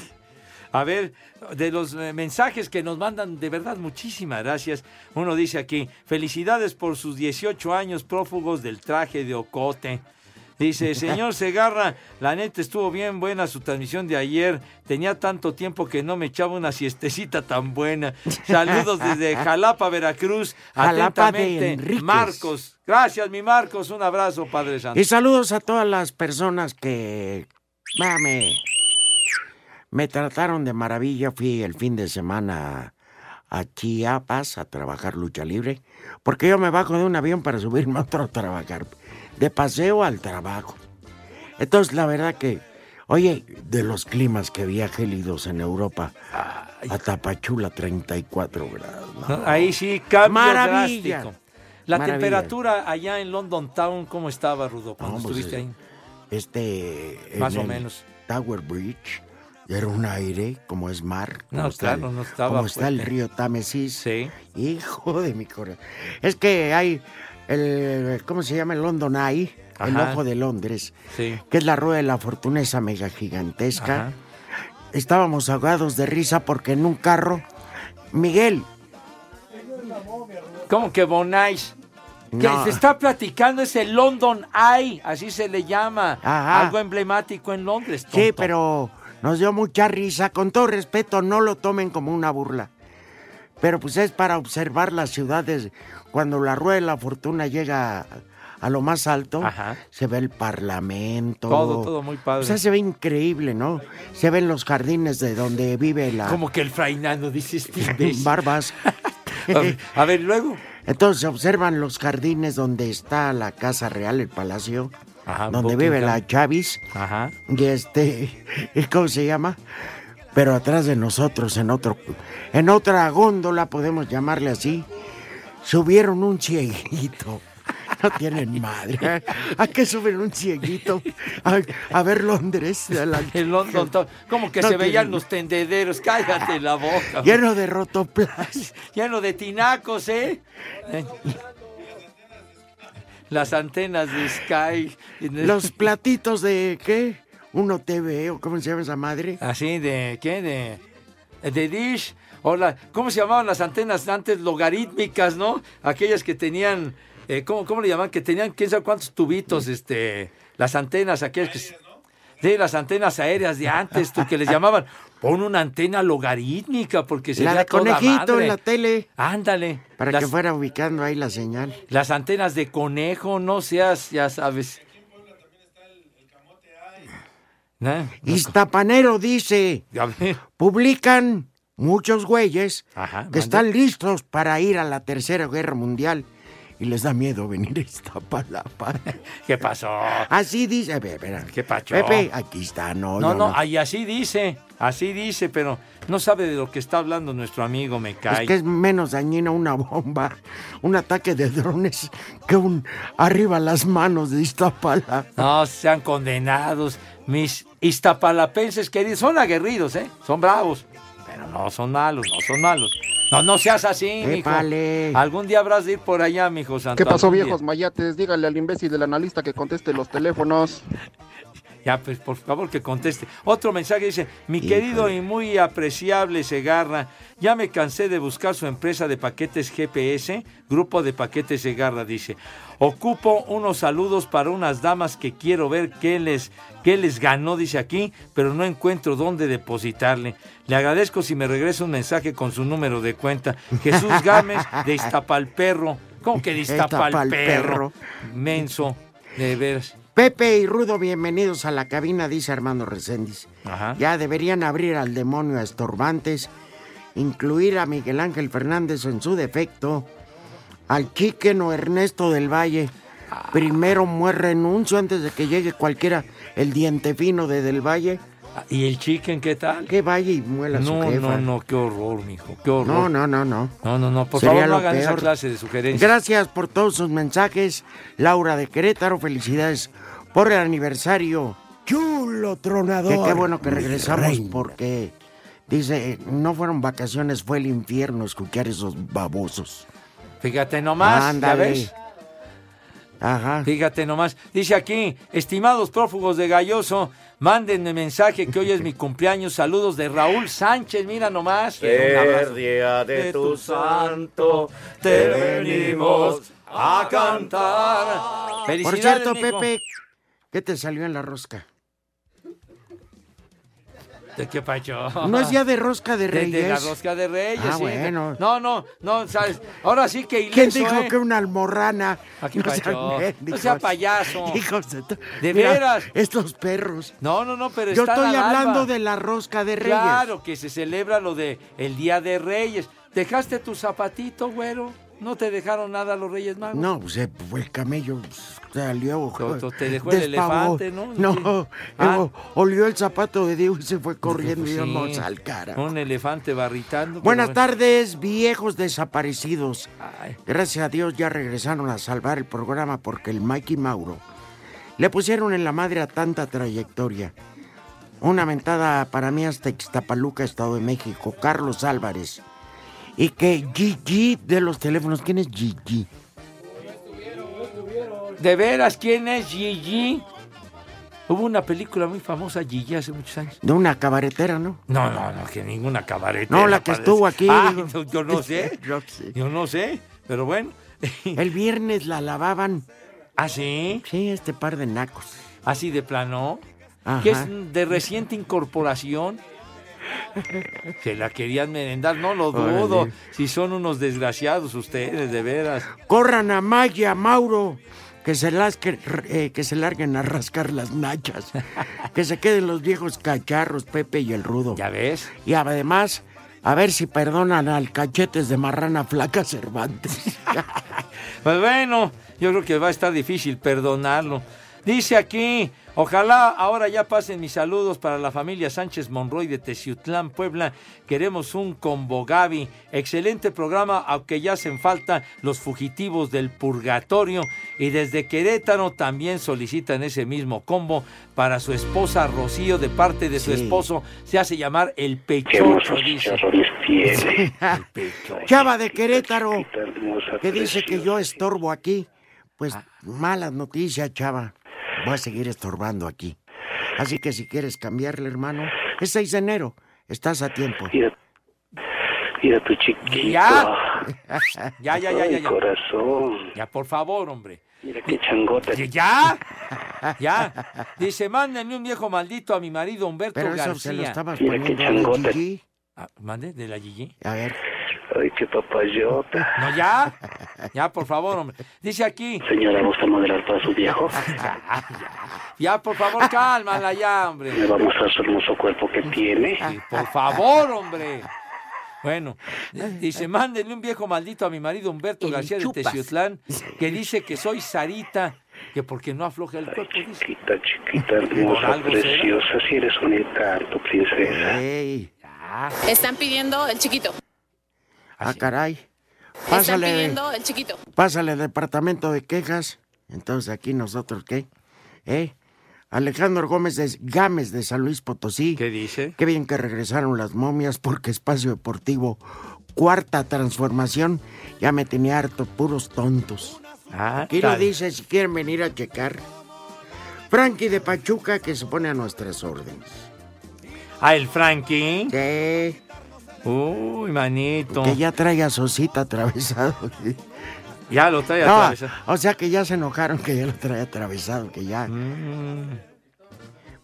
Speaker 3: A ver, de los eh, mensajes que nos mandan, de verdad, muchísimas gracias. Uno dice aquí, felicidades por sus 18 años prófugos del traje de Ocote. Dice, señor Segarra, la neta estuvo bien buena su transmisión de ayer. Tenía tanto tiempo que no me echaba una siestecita tan buena. Saludos desde Jalapa, Veracruz.
Speaker 2: Jalapa de
Speaker 3: Atentamente,
Speaker 2: Enríquez.
Speaker 3: Marcos. Gracias, mi Marcos. Un abrazo, Padre Santo.
Speaker 2: Y saludos a todas las personas que mame, me trataron de maravilla. Fui el fin de semana a Chiapas a trabajar lucha libre, porque yo me bajo de un avión para subirme a otro a trabajar, de paseo al trabajo. Entonces, la verdad que, oye, de los climas que había gélidos en Europa, a Tapachula 34 grados. ¿no?
Speaker 3: ¿no? Ahí sí, cambio
Speaker 2: Maravilla.
Speaker 3: drástico. La
Speaker 2: Maravilla.
Speaker 3: temperatura allá en London Town, ¿cómo estaba, Rudo, cuando
Speaker 2: No, pues,
Speaker 3: estuviste
Speaker 2: eh,
Speaker 3: ahí?
Speaker 2: Este. en
Speaker 3: Más o
Speaker 2: el
Speaker 3: menos.
Speaker 2: Tower Bridge. Era un aire como es mar.
Speaker 3: No,
Speaker 2: como está
Speaker 3: claro,
Speaker 2: el-
Speaker 3: no estaba
Speaker 2: Como está el
Speaker 3: fuerte.
Speaker 2: río Támesis. Sí. Hijo de mi corazón. Es que hay el. ¿Cómo se llama? El London Eye. El
Speaker 3: Ajá.
Speaker 2: ojo de Londres.
Speaker 3: Sí.
Speaker 2: Que es la rueda de la fortuna, esa mega gigantesca.
Speaker 3: Ajá.
Speaker 2: Estábamos ahogados de risa porque en un carro. Miguel.
Speaker 3: ¿Cómo que Bonais? Que
Speaker 2: No.
Speaker 3: se está platicando ese London Eye, así se le llama.
Speaker 2: Ajá.
Speaker 3: Algo emblemático en Londres.
Speaker 2: Sí,
Speaker 3: tonto.
Speaker 2: pero nos dio mucha risa. Con todo respeto, no lo tomen como una burla. Pero pues es para observar las ciudades. Cuando la rueda de la fortuna llega a- a lo más alto, se ve el parlamento.
Speaker 3: Todo, todo muy padre.
Speaker 2: O sea, se ve increíble, ¿no? Se ven los jardines de donde vive la
Speaker 3: Como que el frainano, dice este imbécil.
Speaker 2: Barbas.
Speaker 3: A ver, a ver, luego.
Speaker 2: Entonces se observan los jardines donde está la Casa Real, el Palacio,
Speaker 3: Ah,
Speaker 2: donde
Speaker 3: Buckingham.
Speaker 2: vive la Chavis.
Speaker 3: Ajá.
Speaker 2: Y este, ¿y ¿cómo se llama? Pero atrás de nosotros, en otro, en otra góndola, podemos llamarle así, subieron un cieguito. No tienen madre. ¿A qué suben un cieguito? A, a ver Londres. de la-
Speaker 3: El London Town. Como que
Speaker 2: No
Speaker 3: se veían
Speaker 2: tienen-
Speaker 3: los tendederos. Cállate la boca.
Speaker 2: Lleno de rotoplas.
Speaker 3: Lleno de tinacos, ¿eh? Las antenas de Sky.
Speaker 2: Los platitos de qué? Uno TV o cómo se llama esa madre.
Speaker 3: Así de, ¿qué? De, de Dish. O la- ¿Cómo se llamaban las antenas antes? Logarítmicas, ¿no? Aquellas que tenían, eh, ¿cómo, ¿cómo le llamaban? Que tenían quién sabe cuántos tubitos, este, las antenas, aquellas que... se- De las antenas aéreas de antes, tú, que les llamaban, pon una antena logarítmica porque se
Speaker 2: la de conejito en la tele.
Speaker 3: Ándale.
Speaker 2: Para
Speaker 3: Las-
Speaker 2: que fuera ubicando ahí la señal.
Speaker 3: Las antenas de conejo, no seas, ya sabes. ¿Eh?
Speaker 2: Iztapanero dice, publican muchos güeyes que
Speaker 3: mande.
Speaker 2: están listos para ir a la Tercera Guerra Mundial y les da miedo venir a Iztapalapa.
Speaker 3: ¿Qué pasó?
Speaker 2: Así dice, Pepe,
Speaker 3: ¿Qué pacho?
Speaker 2: Pepe, aquí está, no,
Speaker 3: No,
Speaker 2: yo
Speaker 3: no, ahí así dice, así dice, pero no sabe de lo que está hablando nuestro amigo, me cae.
Speaker 2: Es que es menos dañina una bomba, un ataque de drones que un arriba las manos de Iztapalapa.
Speaker 3: No, sean condenados. Mis iztapalapenses queridos, son aguerridos, ¿eh? Son bravos. Pero no son malos, no son malos. No, no seas así, mijo.
Speaker 2: Épale.
Speaker 3: Algún día habrás de ir por allá, mijo Santo.
Speaker 17: ¿Qué pasó,
Speaker 3: algún día.
Speaker 17: viejos mayates? Dígale al imbécil del analista que conteste los teléfonos.
Speaker 3: Ya, pues por favor que conteste. Otro mensaje dice, mi querido y muy apreciable Segarra, ya me cansé de buscar su empresa de paquetes GPS, grupo de paquetes Segarra, dice. Ocupo unos saludos para unas damas que quiero ver qué les, qué les ganó, dice aquí, pero no encuentro dónde depositarle. Le agradezco si me regresa un mensaje con su número de cuenta. Jesús Gámez de Iztapalperro. ¿Cómo que de Iztapalperro?
Speaker 2: Iztapalperro.
Speaker 3: Menso, de veras.
Speaker 2: Pepe y Rudo, bienvenidos a la cabina, dice Armando Reséndiz. Ya deberían abrir al demonio a estorbantes, incluir a Miguel Ángel Fernández en su defecto, al Quiqueno Ernesto del Valle. Primero muere renuncio antes de que llegue cualquiera el diente fino de Del Valle.
Speaker 3: Ah, ¿Y el chicken qué tal?
Speaker 2: Que vaya y muela a su
Speaker 3: No,
Speaker 2: jefa.
Speaker 3: no, no, qué horror, mijo, qué horror.
Speaker 2: No, no, no, no.
Speaker 3: No, no, no, por
Speaker 2: Sería
Speaker 3: favor no
Speaker 2: lo
Speaker 3: hagan esa
Speaker 2: peor.
Speaker 3: clase de sugerencias.
Speaker 2: Gracias por todos sus mensajes. Laura de Querétaro, felicidades por el aniversario. Chulo tronador. Que qué bueno que
Speaker 18: mi
Speaker 2: regresamos
Speaker 18: reina.
Speaker 2: porque dice, no fueron vacaciones, fue el infierno escuchar esos babosos.
Speaker 3: Fíjate nomás, ¿ya
Speaker 2: Ándale.
Speaker 3: ves?
Speaker 2: Ajá.
Speaker 3: Fíjate nomás. Dice aquí, estimados prófugos de Galloso, mándenme mensaje que hoy es mi cumpleaños. Saludos de Raúl Sánchez, mira nomás. Un
Speaker 4: Ser
Speaker 3: abrazo.
Speaker 4: día de
Speaker 3: De
Speaker 4: tu
Speaker 3: tu
Speaker 4: santo, te venimos a cantar.
Speaker 2: Por cierto, Pepe, ¿qué te salió en la rosca?
Speaker 3: ¿De qué pacho?
Speaker 2: No es ya de rosca de
Speaker 3: De, la
Speaker 2: Reyes.
Speaker 3: rosca de Reyes.
Speaker 2: Ah,
Speaker 3: sí.
Speaker 2: bueno.
Speaker 3: No, no, no, sabes. Ahora sí que
Speaker 2: ¿Quién
Speaker 3: ileso,
Speaker 2: dijo
Speaker 3: ¿eh?
Speaker 2: que una almorrana?
Speaker 3: Aquí,
Speaker 2: no, sean
Speaker 3: Pacho. No
Speaker 2: mendigos.
Speaker 3: sea payaso.
Speaker 2: Hijos de tu-
Speaker 3: De
Speaker 2: Mira,
Speaker 3: veras.
Speaker 2: Estos perros.
Speaker 3: No, no, no, pero
Speaker 2: Yo
Speaker 3: están
Speaker 2: estoy
Speaker 3: al alba.
Speaker 2: hablando de la rosca de Reyes.
Speaker 3: Claro, que se celebra lo de el Día de Reyes. ¿Dejaste tu zapatito, güero? ¿No te dejaron nada los Reyes Magos?
Speaker 2: No, pues eh, fue el camello pues, salió.
Speaker 3: to- te dejó el
Speaker 2: despavor.
Speaker 3: elefante, ¿no?
Speaker 2: No,
Speaker 3: Ah.
Speaker 2: eh, o- olió el zapato de Dios y se fue corriendo y
Speaker 3: Sí,
Speaker 2: vamos al cara.
Speaker 3: Un elefante barritando. pero
Speaker 2: Buenas
Speaker 3: bueno.
Speaker 2: tardes, viejos desaparecidos. Gracias a Dios ya regresaron a salvar el programa porque el Mikey Mauro le pusieron en la madre a tanta trayectoria. Una mentada para mí hasta Ixtapaluca, Estado de México, Carlos Álvarez. Y que Gigi de los teléfonos, ¿quién es Gigi?
Speaker 3: ¿De veras quién es Gigi? Hubo una película muy famosa, Gigi, hace muchos años.
Speaker 2: De una cabaretera, ¿no?
Speaker 3: No, no, no, que ninguna cabaretera.
Speaker 2: No, la que
Speaker 3: parece.
Speaker 2: estuvo aquí.
Speaker 3: Ay,
Speaker 2: digo.
Speaker 3: no, yo no sé. Yo no sé, pero bueno.
Speaker 2: El viernes la lavaban.
Speaker 3: ¿Ah, sí?
Speaker 2: Sí, este par de nacos.
Speaker 3: Así de plano.
Speaker 2: Ajá.
Speaker 3: Que es de reciente incorporación. Se la querían merendar, no lo dudo.
Speaker 2: Órale.
Speaker 3: Si son unos desgraciados ustedes, de veras.
Speaker 2: Corran a Maya, Mauro. Que se, lasque- eh, que se larguen a rascar las nachas. que se queden los viejos cacharros, Pepe y el Rudo. Ya
Speaker 3: ves.
Speaker 2: Y además, a ver si perdonan al cachetes de marrana flaca Cervantes.
Speaker 3: Pues bueno, yo creo que va a estar difícil perdonarlo. Dice aquí, Ojalá ahora ya pasen mis saludos para la familia Sánchez Monroy de Teciutlán, Puebla. Queremos un combo Gaby. Excelente programa, aunque ya hacen falta los fugitivos del purgatorio. Y desde Querétaro también solicitan ese mismo combo para su esposa Rocío de parte de su esposo. Se hace llamar el pechocho. dice.
Speaker 2: Chava de Querétaro, que dice que yo estorbo aquí. Pues malas noticias, Chava. Voy a seguir estorbando aquí. Así que si quieres cambiarle, hermano, es 6 de enero. Estás a tiempo.
Speaker 18: Mira tu chiquito.
Speaker 3: Ya. Ya, ya, ya,
Speaker 18: Ay,
Speaker 3: ya, ya.
Speaker 18: corazón.
Speaker 3: Ya, por favor, hombre.
Speaker 18: Mira qué changota.
Speaker 3: Ya, ya. Ya. Dice, mándenle un viejo maldito a mi marido Humberto
Speaker 18: Pero eso
Speaker 3: García.
Speaker 18: se lo estabas Mira qué poniendo a la changota. Gigi.
Speaker 3: Ah, ¿Mande? ¿De la Gigi?
Speaker 2: A ver.
Speaker 18: Ay, qué papayota.
Speaker 3: No, ya. Ya, por favor, hombre. Dice aquí.
Speaker 18: Señora, ¿gusta moderar para su viejo?
Speaker 3: Ah, Ya, por favor, cálmala ya, hombre.
Speaker 18: Me va a mostrar su hermoso cuerpo
Speaker 3: Ah,
Speaker 18: que tiene.
Speaker 3: Por favor, hombre. Bueno, dice, mándenle un viejo maldito a mi marido Humberto García de
Speaker 18: chupas.
Speaker 3: Teciutlán, que dice que soy Sarita, que porque no afloja el cuerpo, dice.
Speaker 18: Chiquita, chiquita,
Speaker 3: Por
Speaker 18: hermosa,
Speaker 3: algo será.
Speaker 18: preciosa. Si eres un encanto, princesa.
Speaker 19: Están pidiendo el chiquito.
Speaker 2: Ah, caray.
Speaker 19: Están
Speaker 2: Pásale,
Speaker 19: pidiendo el chiquito.
Speaker 2: pásale departamento de quejas. Entonces aquí nosotros, ¿qué? ¿Eh? Alejandro Gómez de Gámez de San Luis Potosí. ¿Qué
Speaker 3: dice?
Speaker 2: Qué bien que regresaron las momias porque Espacio Deportivo, cuarta transformación, ya me tenía harto, puros tontos. Aquí lo
Speaker 3: está bien.
Speaker 2: dice si quieren venir a checar. Frankie de Pachuca que se pone a nuestras órdenes.
Speaker 3: Ah, el Frankie. Uy, manito.
Speaker 2: Que ya trae a Sosita atravesado.
Speaker 3: Ya lo trae
Speaker 2: No,
Speaker 3: atravesado.
Speaker 2: O sea que ya se enojaron que ya lo trae atravesado, que ya.
Speaker 3: Mm,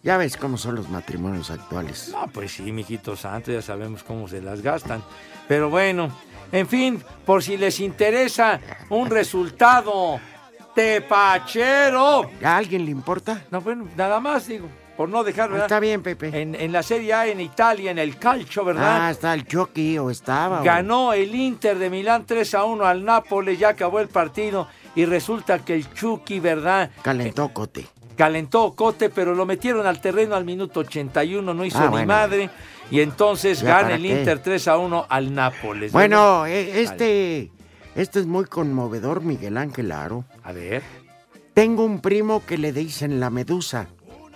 Speaker 2: Ya ves cómo son los matrimonios actuales.
Speaker 3: No, pues sí, mijito santo, ya sabemos cómo se las gastan. Pero bueno, en fin, por si les interesa un resultado tepachero.
Speaker 2: ¿A alguien le importa? Ah,
Speaker 3: No, bueno, nada más digo, por no dejar, ¿verdad?
Speaker 2: Está bien, Pepe.
Speaker 3: En, en la Serie A en Italia, en el calcio, ¿verdad?
Speaker 2: Ah, está el Chucky o estaba. o-
Speaker 3: Ganó el Inter de Milán 3 a 1 al Nápoles, ya acabó el partido y resulta que el Chucky, ¿verdad?
Speaker 2: Calentó Cote.
Speaker 3: Calentó Cote, pero lo metieron al terreno al minuto 81, no hizo
Speaker 2: Ah,
Speaker 3: ni
Speaker 2: bueno.
Speaker 3: madre. Y entonces
Speaker 2: Ya,
Speaker 3: gana
Speaker 2: ¿para
Speaker 3: el
Speaker 2: qué?
Speaker 3: Inter 3 a 1 al Nápoles.
Speaker 2: Bueno,
Speaker 3: ¿verdad?
Speaker 2: eh, este, este es muy conmovedor, Miguel Ángel Aro.
Speaker 3: A ver.
Speaker 2: Tengo un primo que le dicen la medusa.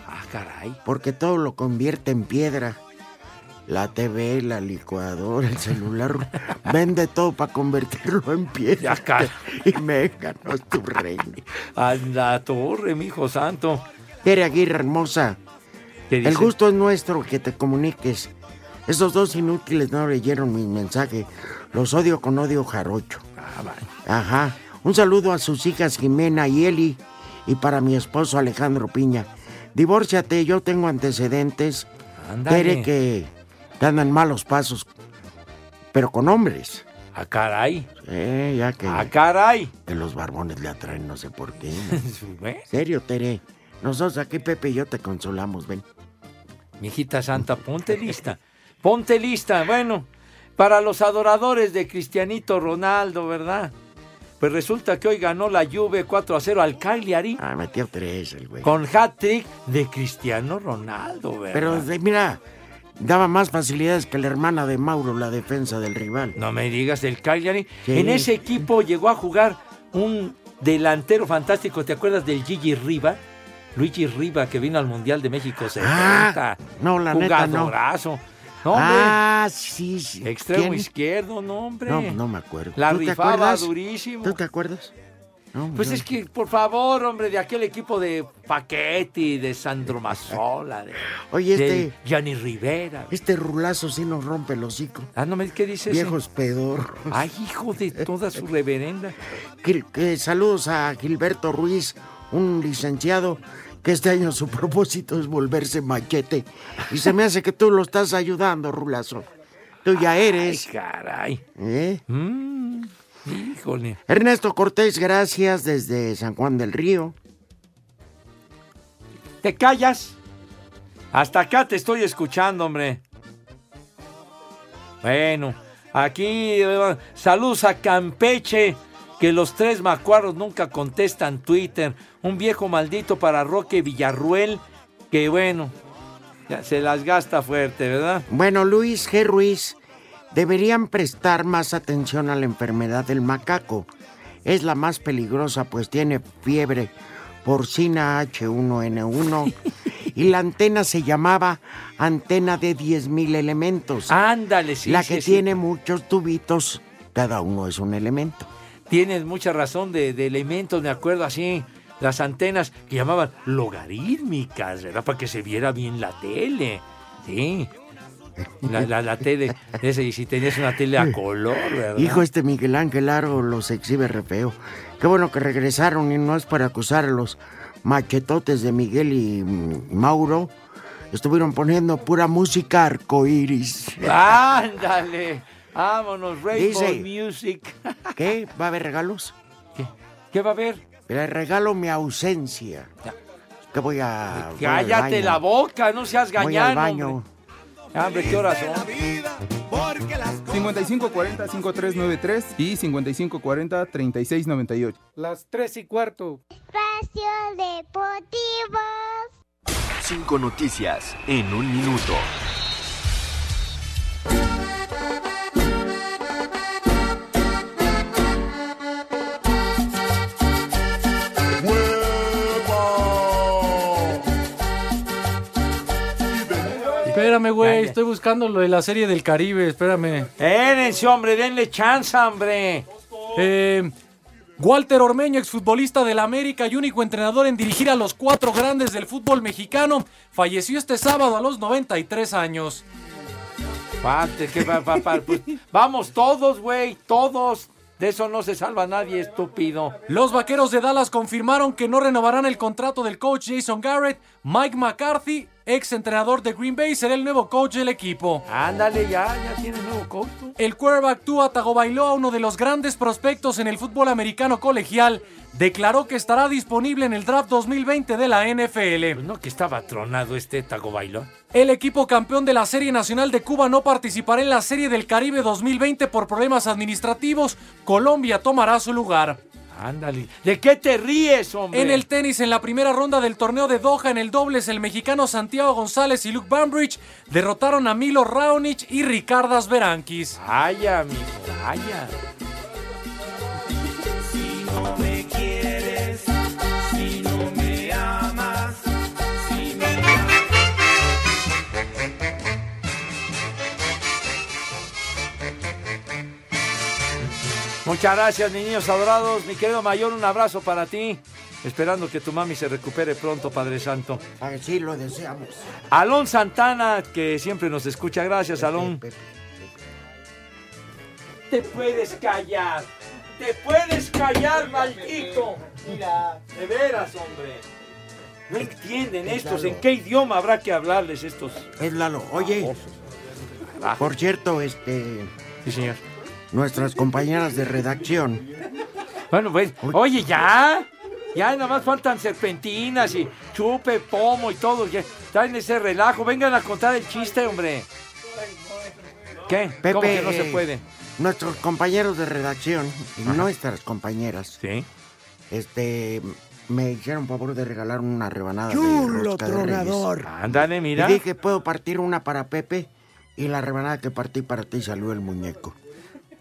Speaker 3: Ah, caray.
Speaker 2: Porque todo lo convierte en piedra. La TV, la licuadora, el celular, vende todo para convertirlo en piedra. Y me ganó tu reino.
Speaker 3: A la torre, mi hijo santo.
Speaker 2: Tere Aguirre, hermosa.
Speaker 3: ¿Qué dice?
Speaker 2: El gusto es nuestro que te comuniques. Esos dos inútiles no leyeron mi mensaje. Los odio con odio jarocho.
Speaker 3: Ah,
Speaker 2: Ajá. Un saludo a sus hijas Jimena y Eli y para mi esposo Alejandro Piña. Divórciate, yo tengo antecedentes.
Speaker 3: Ándale.
Speaker 2: Tere que te andan malos pasos, pero con hombres.
Speaker 3: A Ah, caray.
Speaker 2: Eh, ya que.
Speaker 3: A caray.
Speaker 2: Que los barbones le atraen, no sé por qué.
Speaker 3: ¿Eh?
Speaker 2: Serio, Tere. Nosotros aquí, Pepe y yo, te consolamos, ven.
Speaker 3: Mi hijita santa, ponte lista. Ponte lista. Bueno, para los adoradores de Cristianito Ronaldo, ¿verdad? Pues resulta que hoy ganó la Juve 4 a 0 al Cagliari
Speaker 2: Ah, metió tres el güey.
Speaker 3: con hat-trick de Cristiano Ronaldo, ¿verdad?
Speaker 2: Pero de- mira, daba más facilidades que la hermana de Mauro la defensa del rival.
Speaker 3: No me digas del Cagliari.
Speaker 2: Sí.
Speaker 3: En ese equipo llegó a jugar un delantero fantástico. ¿Te acuerdas del Gigi Riva? Luigi Riva, que vino al Mundial de México 70.
Speaker 2: Ah, no, la neta, no.
Speaker 3: Jugadorazo. No, hombre.
Speaker 2: ah, sí, sí.
Speaker 3: Extremo
Speaker 2: ¿Quién?
Speaker 3: izquierdo, no, hombre.
Speaker 2: No, no me acuerdo.
Speaker 3: La
Speaker 2: ¿Tú te
Speaker 3: rifaba
Speaker 2: acuerdas?
Speaker 3: durísimo.
Speaker 2: ¿Tú te acuerdas? No,
Speaker 3: Pues
Speaker 2: yo-
Speaker 3: es que, por favor, hombre, de aquel equipo de Paquetti, de Sandro Mazzola, de,
Speaker 2: Oye,
Speaker 3: de
Speaker 2: este-
Speaker 3: Gianni Rivera.
Speaker 2: Este rulazo sí nos rompe el hocico.
Speaker 3: Ah, no me qué dices.
Speaker 2: Viejos pedor.
Speaker 3: Ay, hijo de toda su reverenda.
Speaker 2: Que- que saludos a Gilberto Ruiz, un licenciado que este año su propósito es volverse machete. Y se me hace que tú lo estás ayudando, Rulazo. Tú ya eres.
Speaker 3: Ay, caray. Mm,
Speaker 2: ¿Eh?
Speaker 3: Híjole.
Speaker 2: Ernesto Cortés, gracias desde San Juan del Río.
Speaker 3: ¿Te callas? Hasta acá te estoy escuchando, hombre. Bueno, aquí eh, saludos a Campeche. que los tres macuarros nunca contestan Twitter. Un viejo maldito para Roque Villarruel, que bueno, ya se las gasta fuerte, ¿verdad?
Speaker 2: Bueno, Luis G. Ruiz, deberían prestar más atención a la enfermedad del macaco. Es la más peligrosa, pues tiene fiebre porcina H1N1 y la antena se llamaba antena de 10.000 elementos.
Speaker 3: Ándale, Ah, sí.
Speaker 2: La que
Speaker 3: sí, sí.
Speaker 2: tiene muchos tubitos, cada uno es un elemento.
Speaker 3: Tienes mucha razón de, de elementos, me acuerdo así. Las antenas que llamaban logarítmicas, ¿verdad? Para que se viera bien la tele. Sí. La, la, la tele, ese, y si tenías una tele a color, ¿verdad?
Speaker 2: Hijo, este Miguel Ángel Largo los exhibe re feo. Qué bueno que regresaron y no es para acusar a los machetotes de Miguel y mm, Mauro. Estuvieron poniendo pura música arcoíris.
Speaker 3: Ándale. Vámonos, Rainbow
Speaker 2: Dice-
Speaker 3: Music.
Speaker 2: ¿Qué? ¿Va a haber regalos?
Speaker 3: ¿Qué? ¿Qué va a haber?
Speaker 2: Le regalo mi ausencia. Que voy a. Ah, voy al
Speaker 3: Cállate
Speaker 2: baño.
Speaker 3: la boca, no seas gañano.
Speaker 2: Voy al baño.
Speaker 3: hombre. Hombre, ¿qué horas son?
Speaker 20: 5540-5393 y 5540-3698.
Speaker 1: Las tres y cuarto.
Speaker 10: Espacio Deportivo.
Speaker 21: Cinco noticias en un minuto.
Speaker 8: Espérame, güey, estoy buscando lo de la serie del Caribe, espérame.
Speaker 3: Érense, hombre, denle chance, hombre.
Speaker 8: Eh, Walter Ormeño, exfutbolista del América y único entrenador en dirigir a los cuatro grandes del fútbol mexicano, falleció este sábado a los 93 años.
Speaker 3: Pate, que va- va- va- pues, vamos todos, güey, todos. De eso no se salva nadie, estúpido.
Speaker 8: Los vaqueros de Dallas confirmaron que no renovarán el contrato del coach Jason Garrett. Mike McCarthy, ex entrenador de Green Bay, será el nuevo coach del equipo.
Speaker 3: Ándale, ya, ya tienes nuevo coach. pues. tú.
Speaker 8: El quarterback Tua Tagovailoa, uno de los grandes prospectos en el fútbol americano colegial, declaró que estará disponible en el draft 2020 de la NFL.
Speaker 3: Pues No, que estaba tronado este Tagobailo.
Speaker 8: El equipo campeón de la Serie Nacional de Cuba no participará en la Serie del Caribe 2020 por problemas administrativos. Colombia tomará su lugar.
Speaker 3: Ándale. ¿De qué te ríes, hombre?
Speaker 8: En el tenis, en la primera ronda del torneo de Doha, en el dobles, el mexicano Santiago González y Luke Bambridge derrotaron a Milo Raonic y Ricardas Berankis.
Speaker 3: Ay, amigo, vaya.
Speaker 16: Si no me quieres, si no me amas, si me
Speaker 3: Muchas gracias, mis niños adorados. Mi querido mayor, un abrazo para ti. Esperando que tu mami se recupere pronto, Padre Santo.
Speaker 2: Así Ah, lo deseamos.
Speaker 3: Alon Santana, que siempre nos escucha. Gracias,
Speaker 2: Eh,
Speaker 3: Alon.
Speaker 5: Te puedes callar. Te puedes callar, maldito. Mira, de veras, hombre.
Speaker 3: No entienden estos. ¿En qué idioma habrá que hablarles estos?
Speaker 2: Es Lalo. Oye. Por cierto, este.
Speaker 3: Sí, señor.
Speaker 2: Nuestras compañeras de redacción.
Speaker 3: Bueno, pues. Oye, ya. Ya nada más faltan serpentinas y chupe, pomo y todo. Ya, traen ese relajo. Vengan a contar el chiste, hombre. ¿Qué? ¿Cómo que no se puede?
Speaker 2: Nuestros compañeros de redacción, nuestras compañeras.
Speaker 3: Sí.
Speaker 2: Este. Me hicieron favor de regalar una rebanada de
Speaker 3: Chulo
Speaker 2: rosca de Reyes.
Speaker 3: tronador. Ándale, mira.
Speaker 2: Y dije, ¿puedo partir una para Pepe? Y la rebanada que partí para ti salió el muñeco.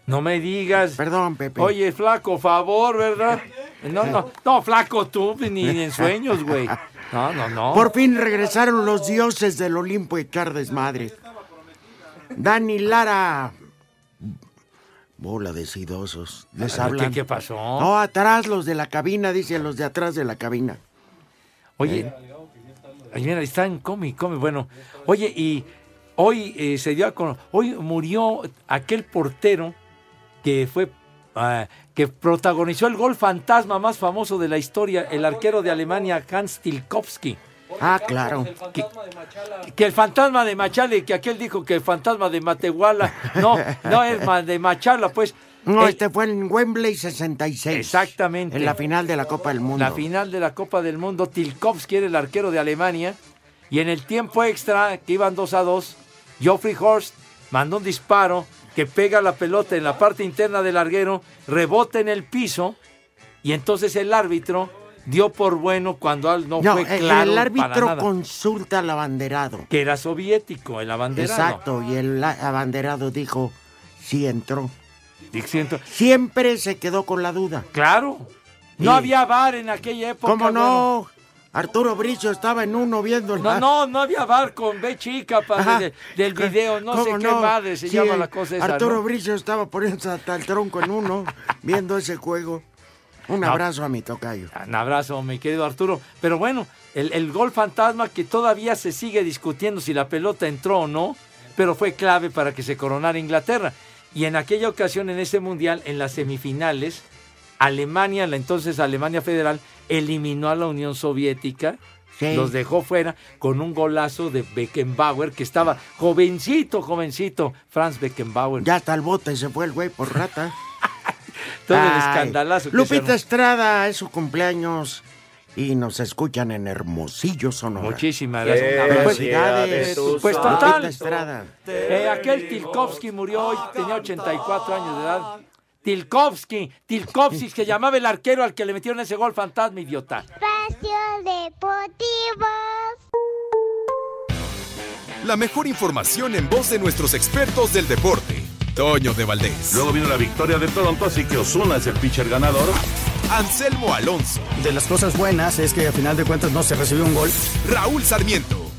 Speaker 3: No me digas.
Speaker 2: Perdón, Pepe.
Speaker 3: Oye, flaco, favor, ¿verdad? No, no, no, flaco tú, ni en sueños, güey. No, no, no.
Speaker 2: Por fin regresaron los dioses del Olimpo y echar desmadre. Dani Lara. Bola de sidosos. Les
Speaker 3: Ah,
Speaker 2: hablan.
Speaker 3: ¿Qué, qué pasó?
Speaker 2: No, atrás los de la cabina, dicen los de atrás de la cabina.
Speaker 3: Oye,
Speaker 2: eh.
Speaker 3: ay, mira, están, come, come. Bueno, oye, y hoy eh, se dio a cono- Hoy murió aquel portero que fue. ah, que protagonizó el gol fantasma más famoso de la historia, el arquero de Alemania, Hans Tilkowski.
Speaker 2: Ah, claro.
Speaker 3: Que, que el fantasma de Machala, que aquel dijo que el fantasma de Matehuala. No, no es ma- de Machala, pues.
Speaker 2: No,
Speaker 3: Eh,
Speaker 2: este fue en Wembley 66.
Speaker 3: Exactamente.
Speaker 2: En la final de la Copa del Mundo.
Speaker 3: La final de la Copa del Mundo, Tilkovsky era el arquero de Alemania. Y en el tiempo extra, que iban 2 a 2, Geoffrey Horst mandó un disparo que pega la pelota en la parte interna del larguero, rebota en el piso y entonces el árbitro dio por bueno cuando al- no,
Speaker 2: No,
Speaker 3: fue
Speaker 2: el-
Speaker 3: claro
Speaker 2: el
Speaker 3: para
Speaker 2: árbitro
Speaker 3: nada.
Speaker 2: consulta al abanderado.
Speaker 3: Que era soviético, el abanderado.
Speaker 2: Exacto, y el a- abanderado dijo, sí entró.
Speaker 3: Diciendo,
Speaker 2: Siempre se quedó con la duda.
Speaker 3: Claro. No
Speaker 2: Y-
Speaker 3: había bar en aquella época.
Speaker 2: ¿Cómo
Speaker 3: bueno.
Speaker 2: no? Arturo Bricio estaba en uno viendo el
Speaker 3: No,
Speaker 2: bar.
Speaker 3: no, no había bar con B chica para
Speaker 2: Ajá.
Speaker 3: de- del video, no sé
Speaker 2: ¿Cómo
Speaker 3: qué madre se
Speaker 2: Sí,
Speaker 3: llama la cosa esa.
Speaker 2: Arturo
Speaker 3: ¿no?
Speaker 2: Bricio estaba poniendo hasta el tronco en uno, viendo ese juego. Un
Speaker 3: No.
Speaker 2: abrazo a mi tocayo.
Speaker 3: Un abrazo, mi querido Arturo. Pero bueno, el, el gol fantasma que todavía se sigue discutiendo si la pelota entró o no, pero fue clave para que se coronara Inglaterra. Y en aquella ocasión, en ese mundial, en las semifinales, Alemania, la entonces Alemania Federal, eliminó a la Unión Soviética,
Speaker 2: Sí.
Speaker 3: los dejó fuera con un golazo de Beckenbauer, que estaba jovencito, jovencito, Franz Beckenbauer.
Speaker 2: Ya hasta el bote se fue el güey por rata.
Speaker 3: Todo el
Speaker 2: Ay.
Speaker 3: escandalazo. que se
Speaker 2: Lupita
Speaker 3: armó.
Speaker 2: Estrada, es su cumpleaños. Y nos escuchan en Hermosillo, Sonora.
Speaker 3: Muchísimas gracias.
Speaker 2: Eh,
Speaker 3: Un abrazo.
Speaker 2: Felicidades.
Speaker 3: Pues
Speaker 2: Lupita
Speaker 3: total.
Speaker 2: Estrada.
Speaker 3: Eh, aquel Tilkovsky murió hoy, tenía 84 años de edad. Tilkovsky, Tilkovsky, que llamaba el arquero al que le metieron ese gol fantasma, idiota.
Speaker 10: Espacio Deportivo.
Speaker 22: La mejor información en voz de nuestros expertos del deporte. Toño de Valdés. Luego vino la victoria de Toronto, así que Osuna es el pitcher ganador. Anselmo Alonso.
Speaker 23: De las cosas buenas es que a final de cuentas no se recibió un gol.
Speaker 22: Raúl Sarmiento.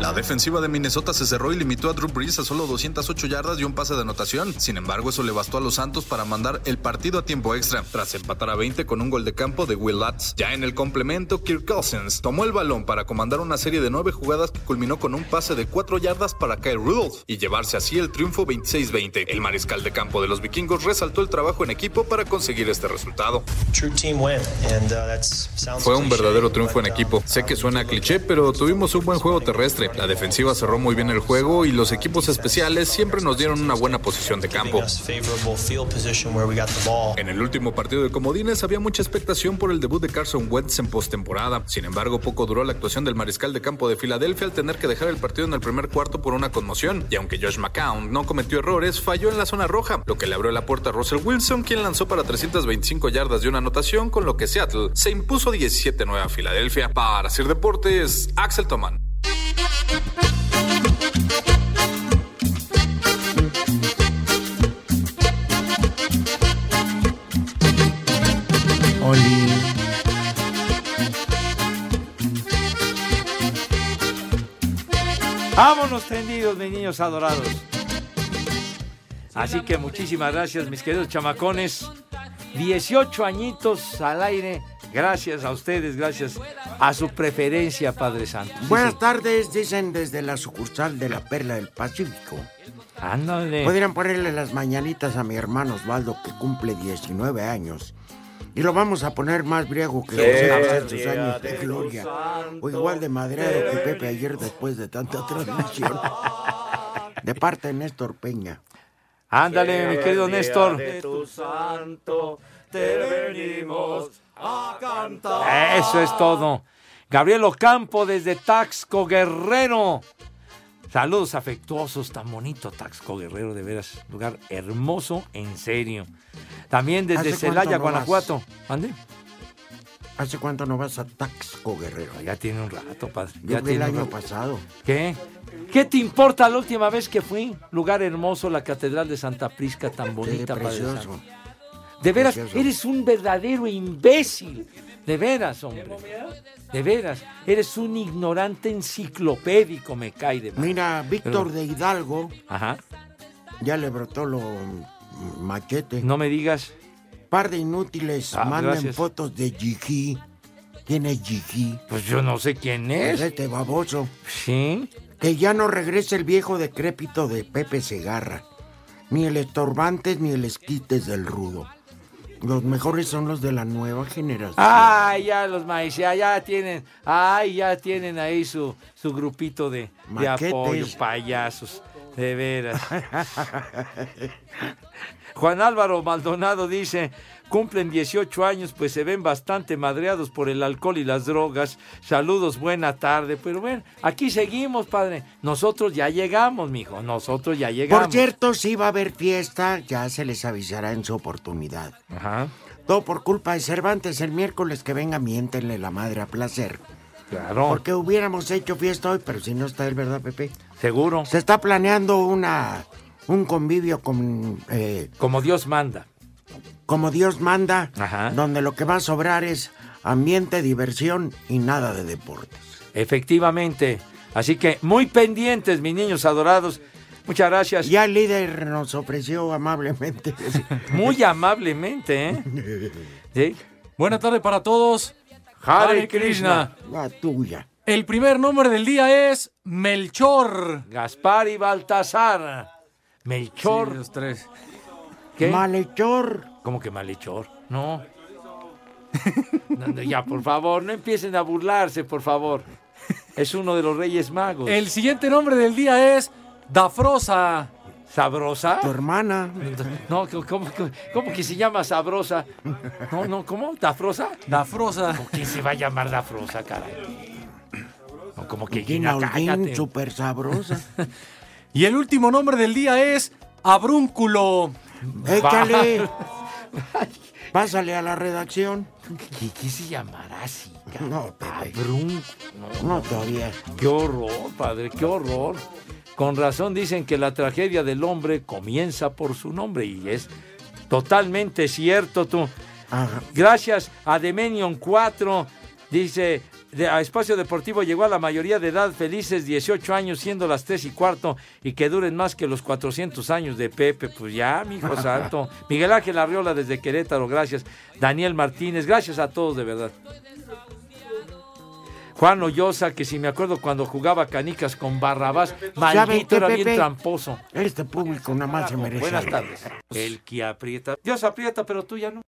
Speaker 1: La defensiva de Minnesota se cerró y limitó a Drew Brees a solo 208 yardas y un pase de anotación. Sin embargo, eso le bastó a los Santos para mandar el partido a tiempo extra, tras empatar a 20 con un gol de campo de Will Lutz. Ya en el complemento, Kirk Cousins tomó el balón para comandar una serie de nueve jugadas que culminó con un pase de 4 yardas para Kyle Rudolph y llevarse así el triunfo 26-20. El mariscal de campo de los vikingos resaltó el trabajo en equipo para conseguir este resultado. Fue un verdadero triunfo en equipo. Sé que suena cliché, pero tuvimos un buen juego terrestre. La defensiva cerró muy bien el juego y los equipos especiales siempre nos dieron una buena posición de campo. En el último partido de Comodines había mucha expectación por el debut de Carson Wentz en postemporada. Sin embargo, poco duró la actuación del mariscal de campo de Filadelfia al tener que dejar el partido en el primer cuarto por una conmoción. Y aunque Josh McCown no cometió errores, falló en la zona roja, lo que le abrió la puerta a Russell Wilson, quien lanzó para 325 yardas de una anotación, con lo que Seattle se impuso 17-9 a Filadelfia. Para Sir Deportes, Axel Tomán.
Speaker 2: Oli.
Speaker 3: Vámonos tendidos, mis niños adorados. Así que muchísimas gracias, mis queridos chamacones. 18 añitos al aire. Gracias a ustedes, gracias a su preferencia, Padre Santo. Sí,
Speaker 2: Buenas tardes, dicen desde la sucursal de la Perla del Pacífico.
Speaker 3: Ándale.
Speaker 2: Podrían ponerle las mañanitas a mi hermano Osvaldo, que cumple 19 años. Y lo vamos a poner más briego que José José, sus años de gloria. O igual de madreado que Pepe ayer después de tanta transmisión. De parte de Néstor Peña.
Speaker 3: Ándale, mi querido Néstor.
Speaker 4: De tu santo te venimos a cantar.
Speaker 3: Eso es todo. Gabriel Ocampo desde Taxco Guerrero. Saludos afectuosos, tan bonito Taxco Guerrero, de veras. Lugar hermoso, en serio. También desde
Speaker 2: ¿Hace cuánto
Speaker 3: Celaya,
Speaker 2: no
Speaker 3: Guanajuato. ¿Ande?
Speaker 2: ¿Hace cuánto no vas a Taxco, Guerrero?
Speaker 3: Ah, Ya tiene un rato, padre.
Speaker 2: Yo
Speaker 3: Ya
Speaker 2: fui el
Speaker 3: tiene un
Speaker 2: año
Speaker 3: rato.
Speaker 2: pasado.
Speaker 3: ¿Qué? ¿Qué te importa la última vez que fui? Lugar hermoso, la Catedral de Santa Prisca, tan bonita, Padre
Speaker 2: precioso.
Speaker 3: Santo. De veras,
Speaker 2: Precioso.
Speaker 3: eres un verdadero imbécil. De veras, hombre. De veras, eres un ignorante enciclopédico, me cae de madre.
Speaker 2: Mira, Víctor
Speaker 3: Pero-
Speaker 2: de Hidalgo
Speaker 3: Ajá.
Speaker 2: ya le brotó lo mm, machete.
Speaker 3: No me digas.
Speaker 2: Par de inútiles
Speaker 3: Ah,
Speaker 2: mandan
Speaker 3: gracias.
Speaker 2: fotos de Gigi. ¿Quién es Gigi?
Speaker 3: Pues yo no sé quién
Speaker 2: Es
Speaker 3: es.
Speaker 2: este baboso.
Speaker 3: Sí.
Speaker 2: Que ya no regrese el viejo decrépito de Pepe Segarra. Ni el estorbantes ni el esquites del rudo. Los mejores son los de la nueva generación.
Speaker 3: Ay, ya los maíz, ya, ya tienen, ay, ya tienen ahí su, su grupito de, de
Speaker 2: Maquetes.
Speaker 3: apoyo, payasos, de veras. Juan Álvaro Maldonado dice, cumplen 18 años, pues se ven bastante madreados por el alcohol y las drogas. Saludos, buena tarde. Pero bueno, aquí seguimos, padre. Nosotros ya llegamos, mijo, nosotros ya llegamos.
Speaker 2: Por cierto, si va a haber fiesta, ya se les avisará en su oportunidad.
Speaker 3: Ajá.
Speaker 2: Todo por culpa de Cervantes. El miércoles que venga, miéntenle la madre a placer.
Speaker 3: Claro.
Speaker 2: Porque hubiéramos hecho fiesta hoy, pero si no está él, ¿verdad, Pepe?
Speaker 3: Seguro.
Speaker 2: Se está planeando una un convivio con, eh,
Speaker 3: Como Dios manda.
Speaker 2: como Dios manda, donde lo que va a sobrar es ambiente, diversión y nada de deportes.
Speaker 3: Efectivamente. Así que muy pendientes, mis niños adorados. Muchas gracias.
Speaker 2: Ya el líder nos ofreció amablemente.
Speaker 3: Muy amablemente, ¿eh? ¿Sí?
Speaker 8: Buena tarde para todos.
Speaker 3: Hare
Speaker 8: Hare Krishna.
Speaker 2: La tuya.
Speaker 8: El primer nombre del día es Melchor.
Speaker 3: Gaspar y Baltasar. Melchor.
Speaker 8: los tres.
Speaker 3: ¿Qué?
Speaker 2: Malhechor.
Speaker 3: ¿Cómo que malhechor? No. No, no, Ya, por favor, no empiecen a burlarse, por favor. Es uno de los Reyes Magos.
Speaker 8: El siguiente nombre del día es Dafrosa.
Speaker 3: ¿Sabrosa?
Speaker 2: Tu hermana.
Speaker 3: No, ¿cómo, cómo- cómo que se llama sabrosa? No, no, ¿cómo? ¿Dafrosa?
Speaker 8: Dafrosa.
Speaker 3: ¿Por qué se va a llamar Dafrosa, caray? No, como que Gina,
Speaker 2: Ginaudín,
Speaker 3: cállate.
Speaker 2: súper sabrosa.
Speaker 8: Y el último nombre del día es Abrúnculo.
Speaker 2: Échale. Pásale a la redacción.
Speaker 3: ¿Qué, qué se llamará así? caray?
Speaker 2: No, Pepe.
Speaker 3: Brun-
Speaker 2: No, todavía.
Speaker 3: Qué horror, padre, qué horror. Con razón dicen que la tragedia del hombre comienza por su nombre y es totalmente cierto tú.
Speaker 2: Ajá.
Speaker 3: Gracias a Demenion 4, dice, de- a Espacio Deportivo llegó a la mayoría de edad, felices 18 años, siendo las 3 y cuarto, y que duren más que los 400 años de Pepe. Pues ya, mijo santo. Miguel Ángel Arriola desde Querétaro, gracias. Daniel Martínez, gracias a todos, de verdad. Juan Ollosa, que si me acuerdo cuando jugaba canicas con Barrabás,
Speaker 2: ¿Saben
Speaker 3: maldito
Speaker 2: qué,
Speaker 3: era
Speaker 2: Pepe?
Speaker 3: bien tramposo.
Speaker 2: Este público nada más se merece.
Speaker 3: Buenas
Speaker 2: algo.
Speaker 3: tardes. El que aprieta. Dios aprieta, pero tú ya no.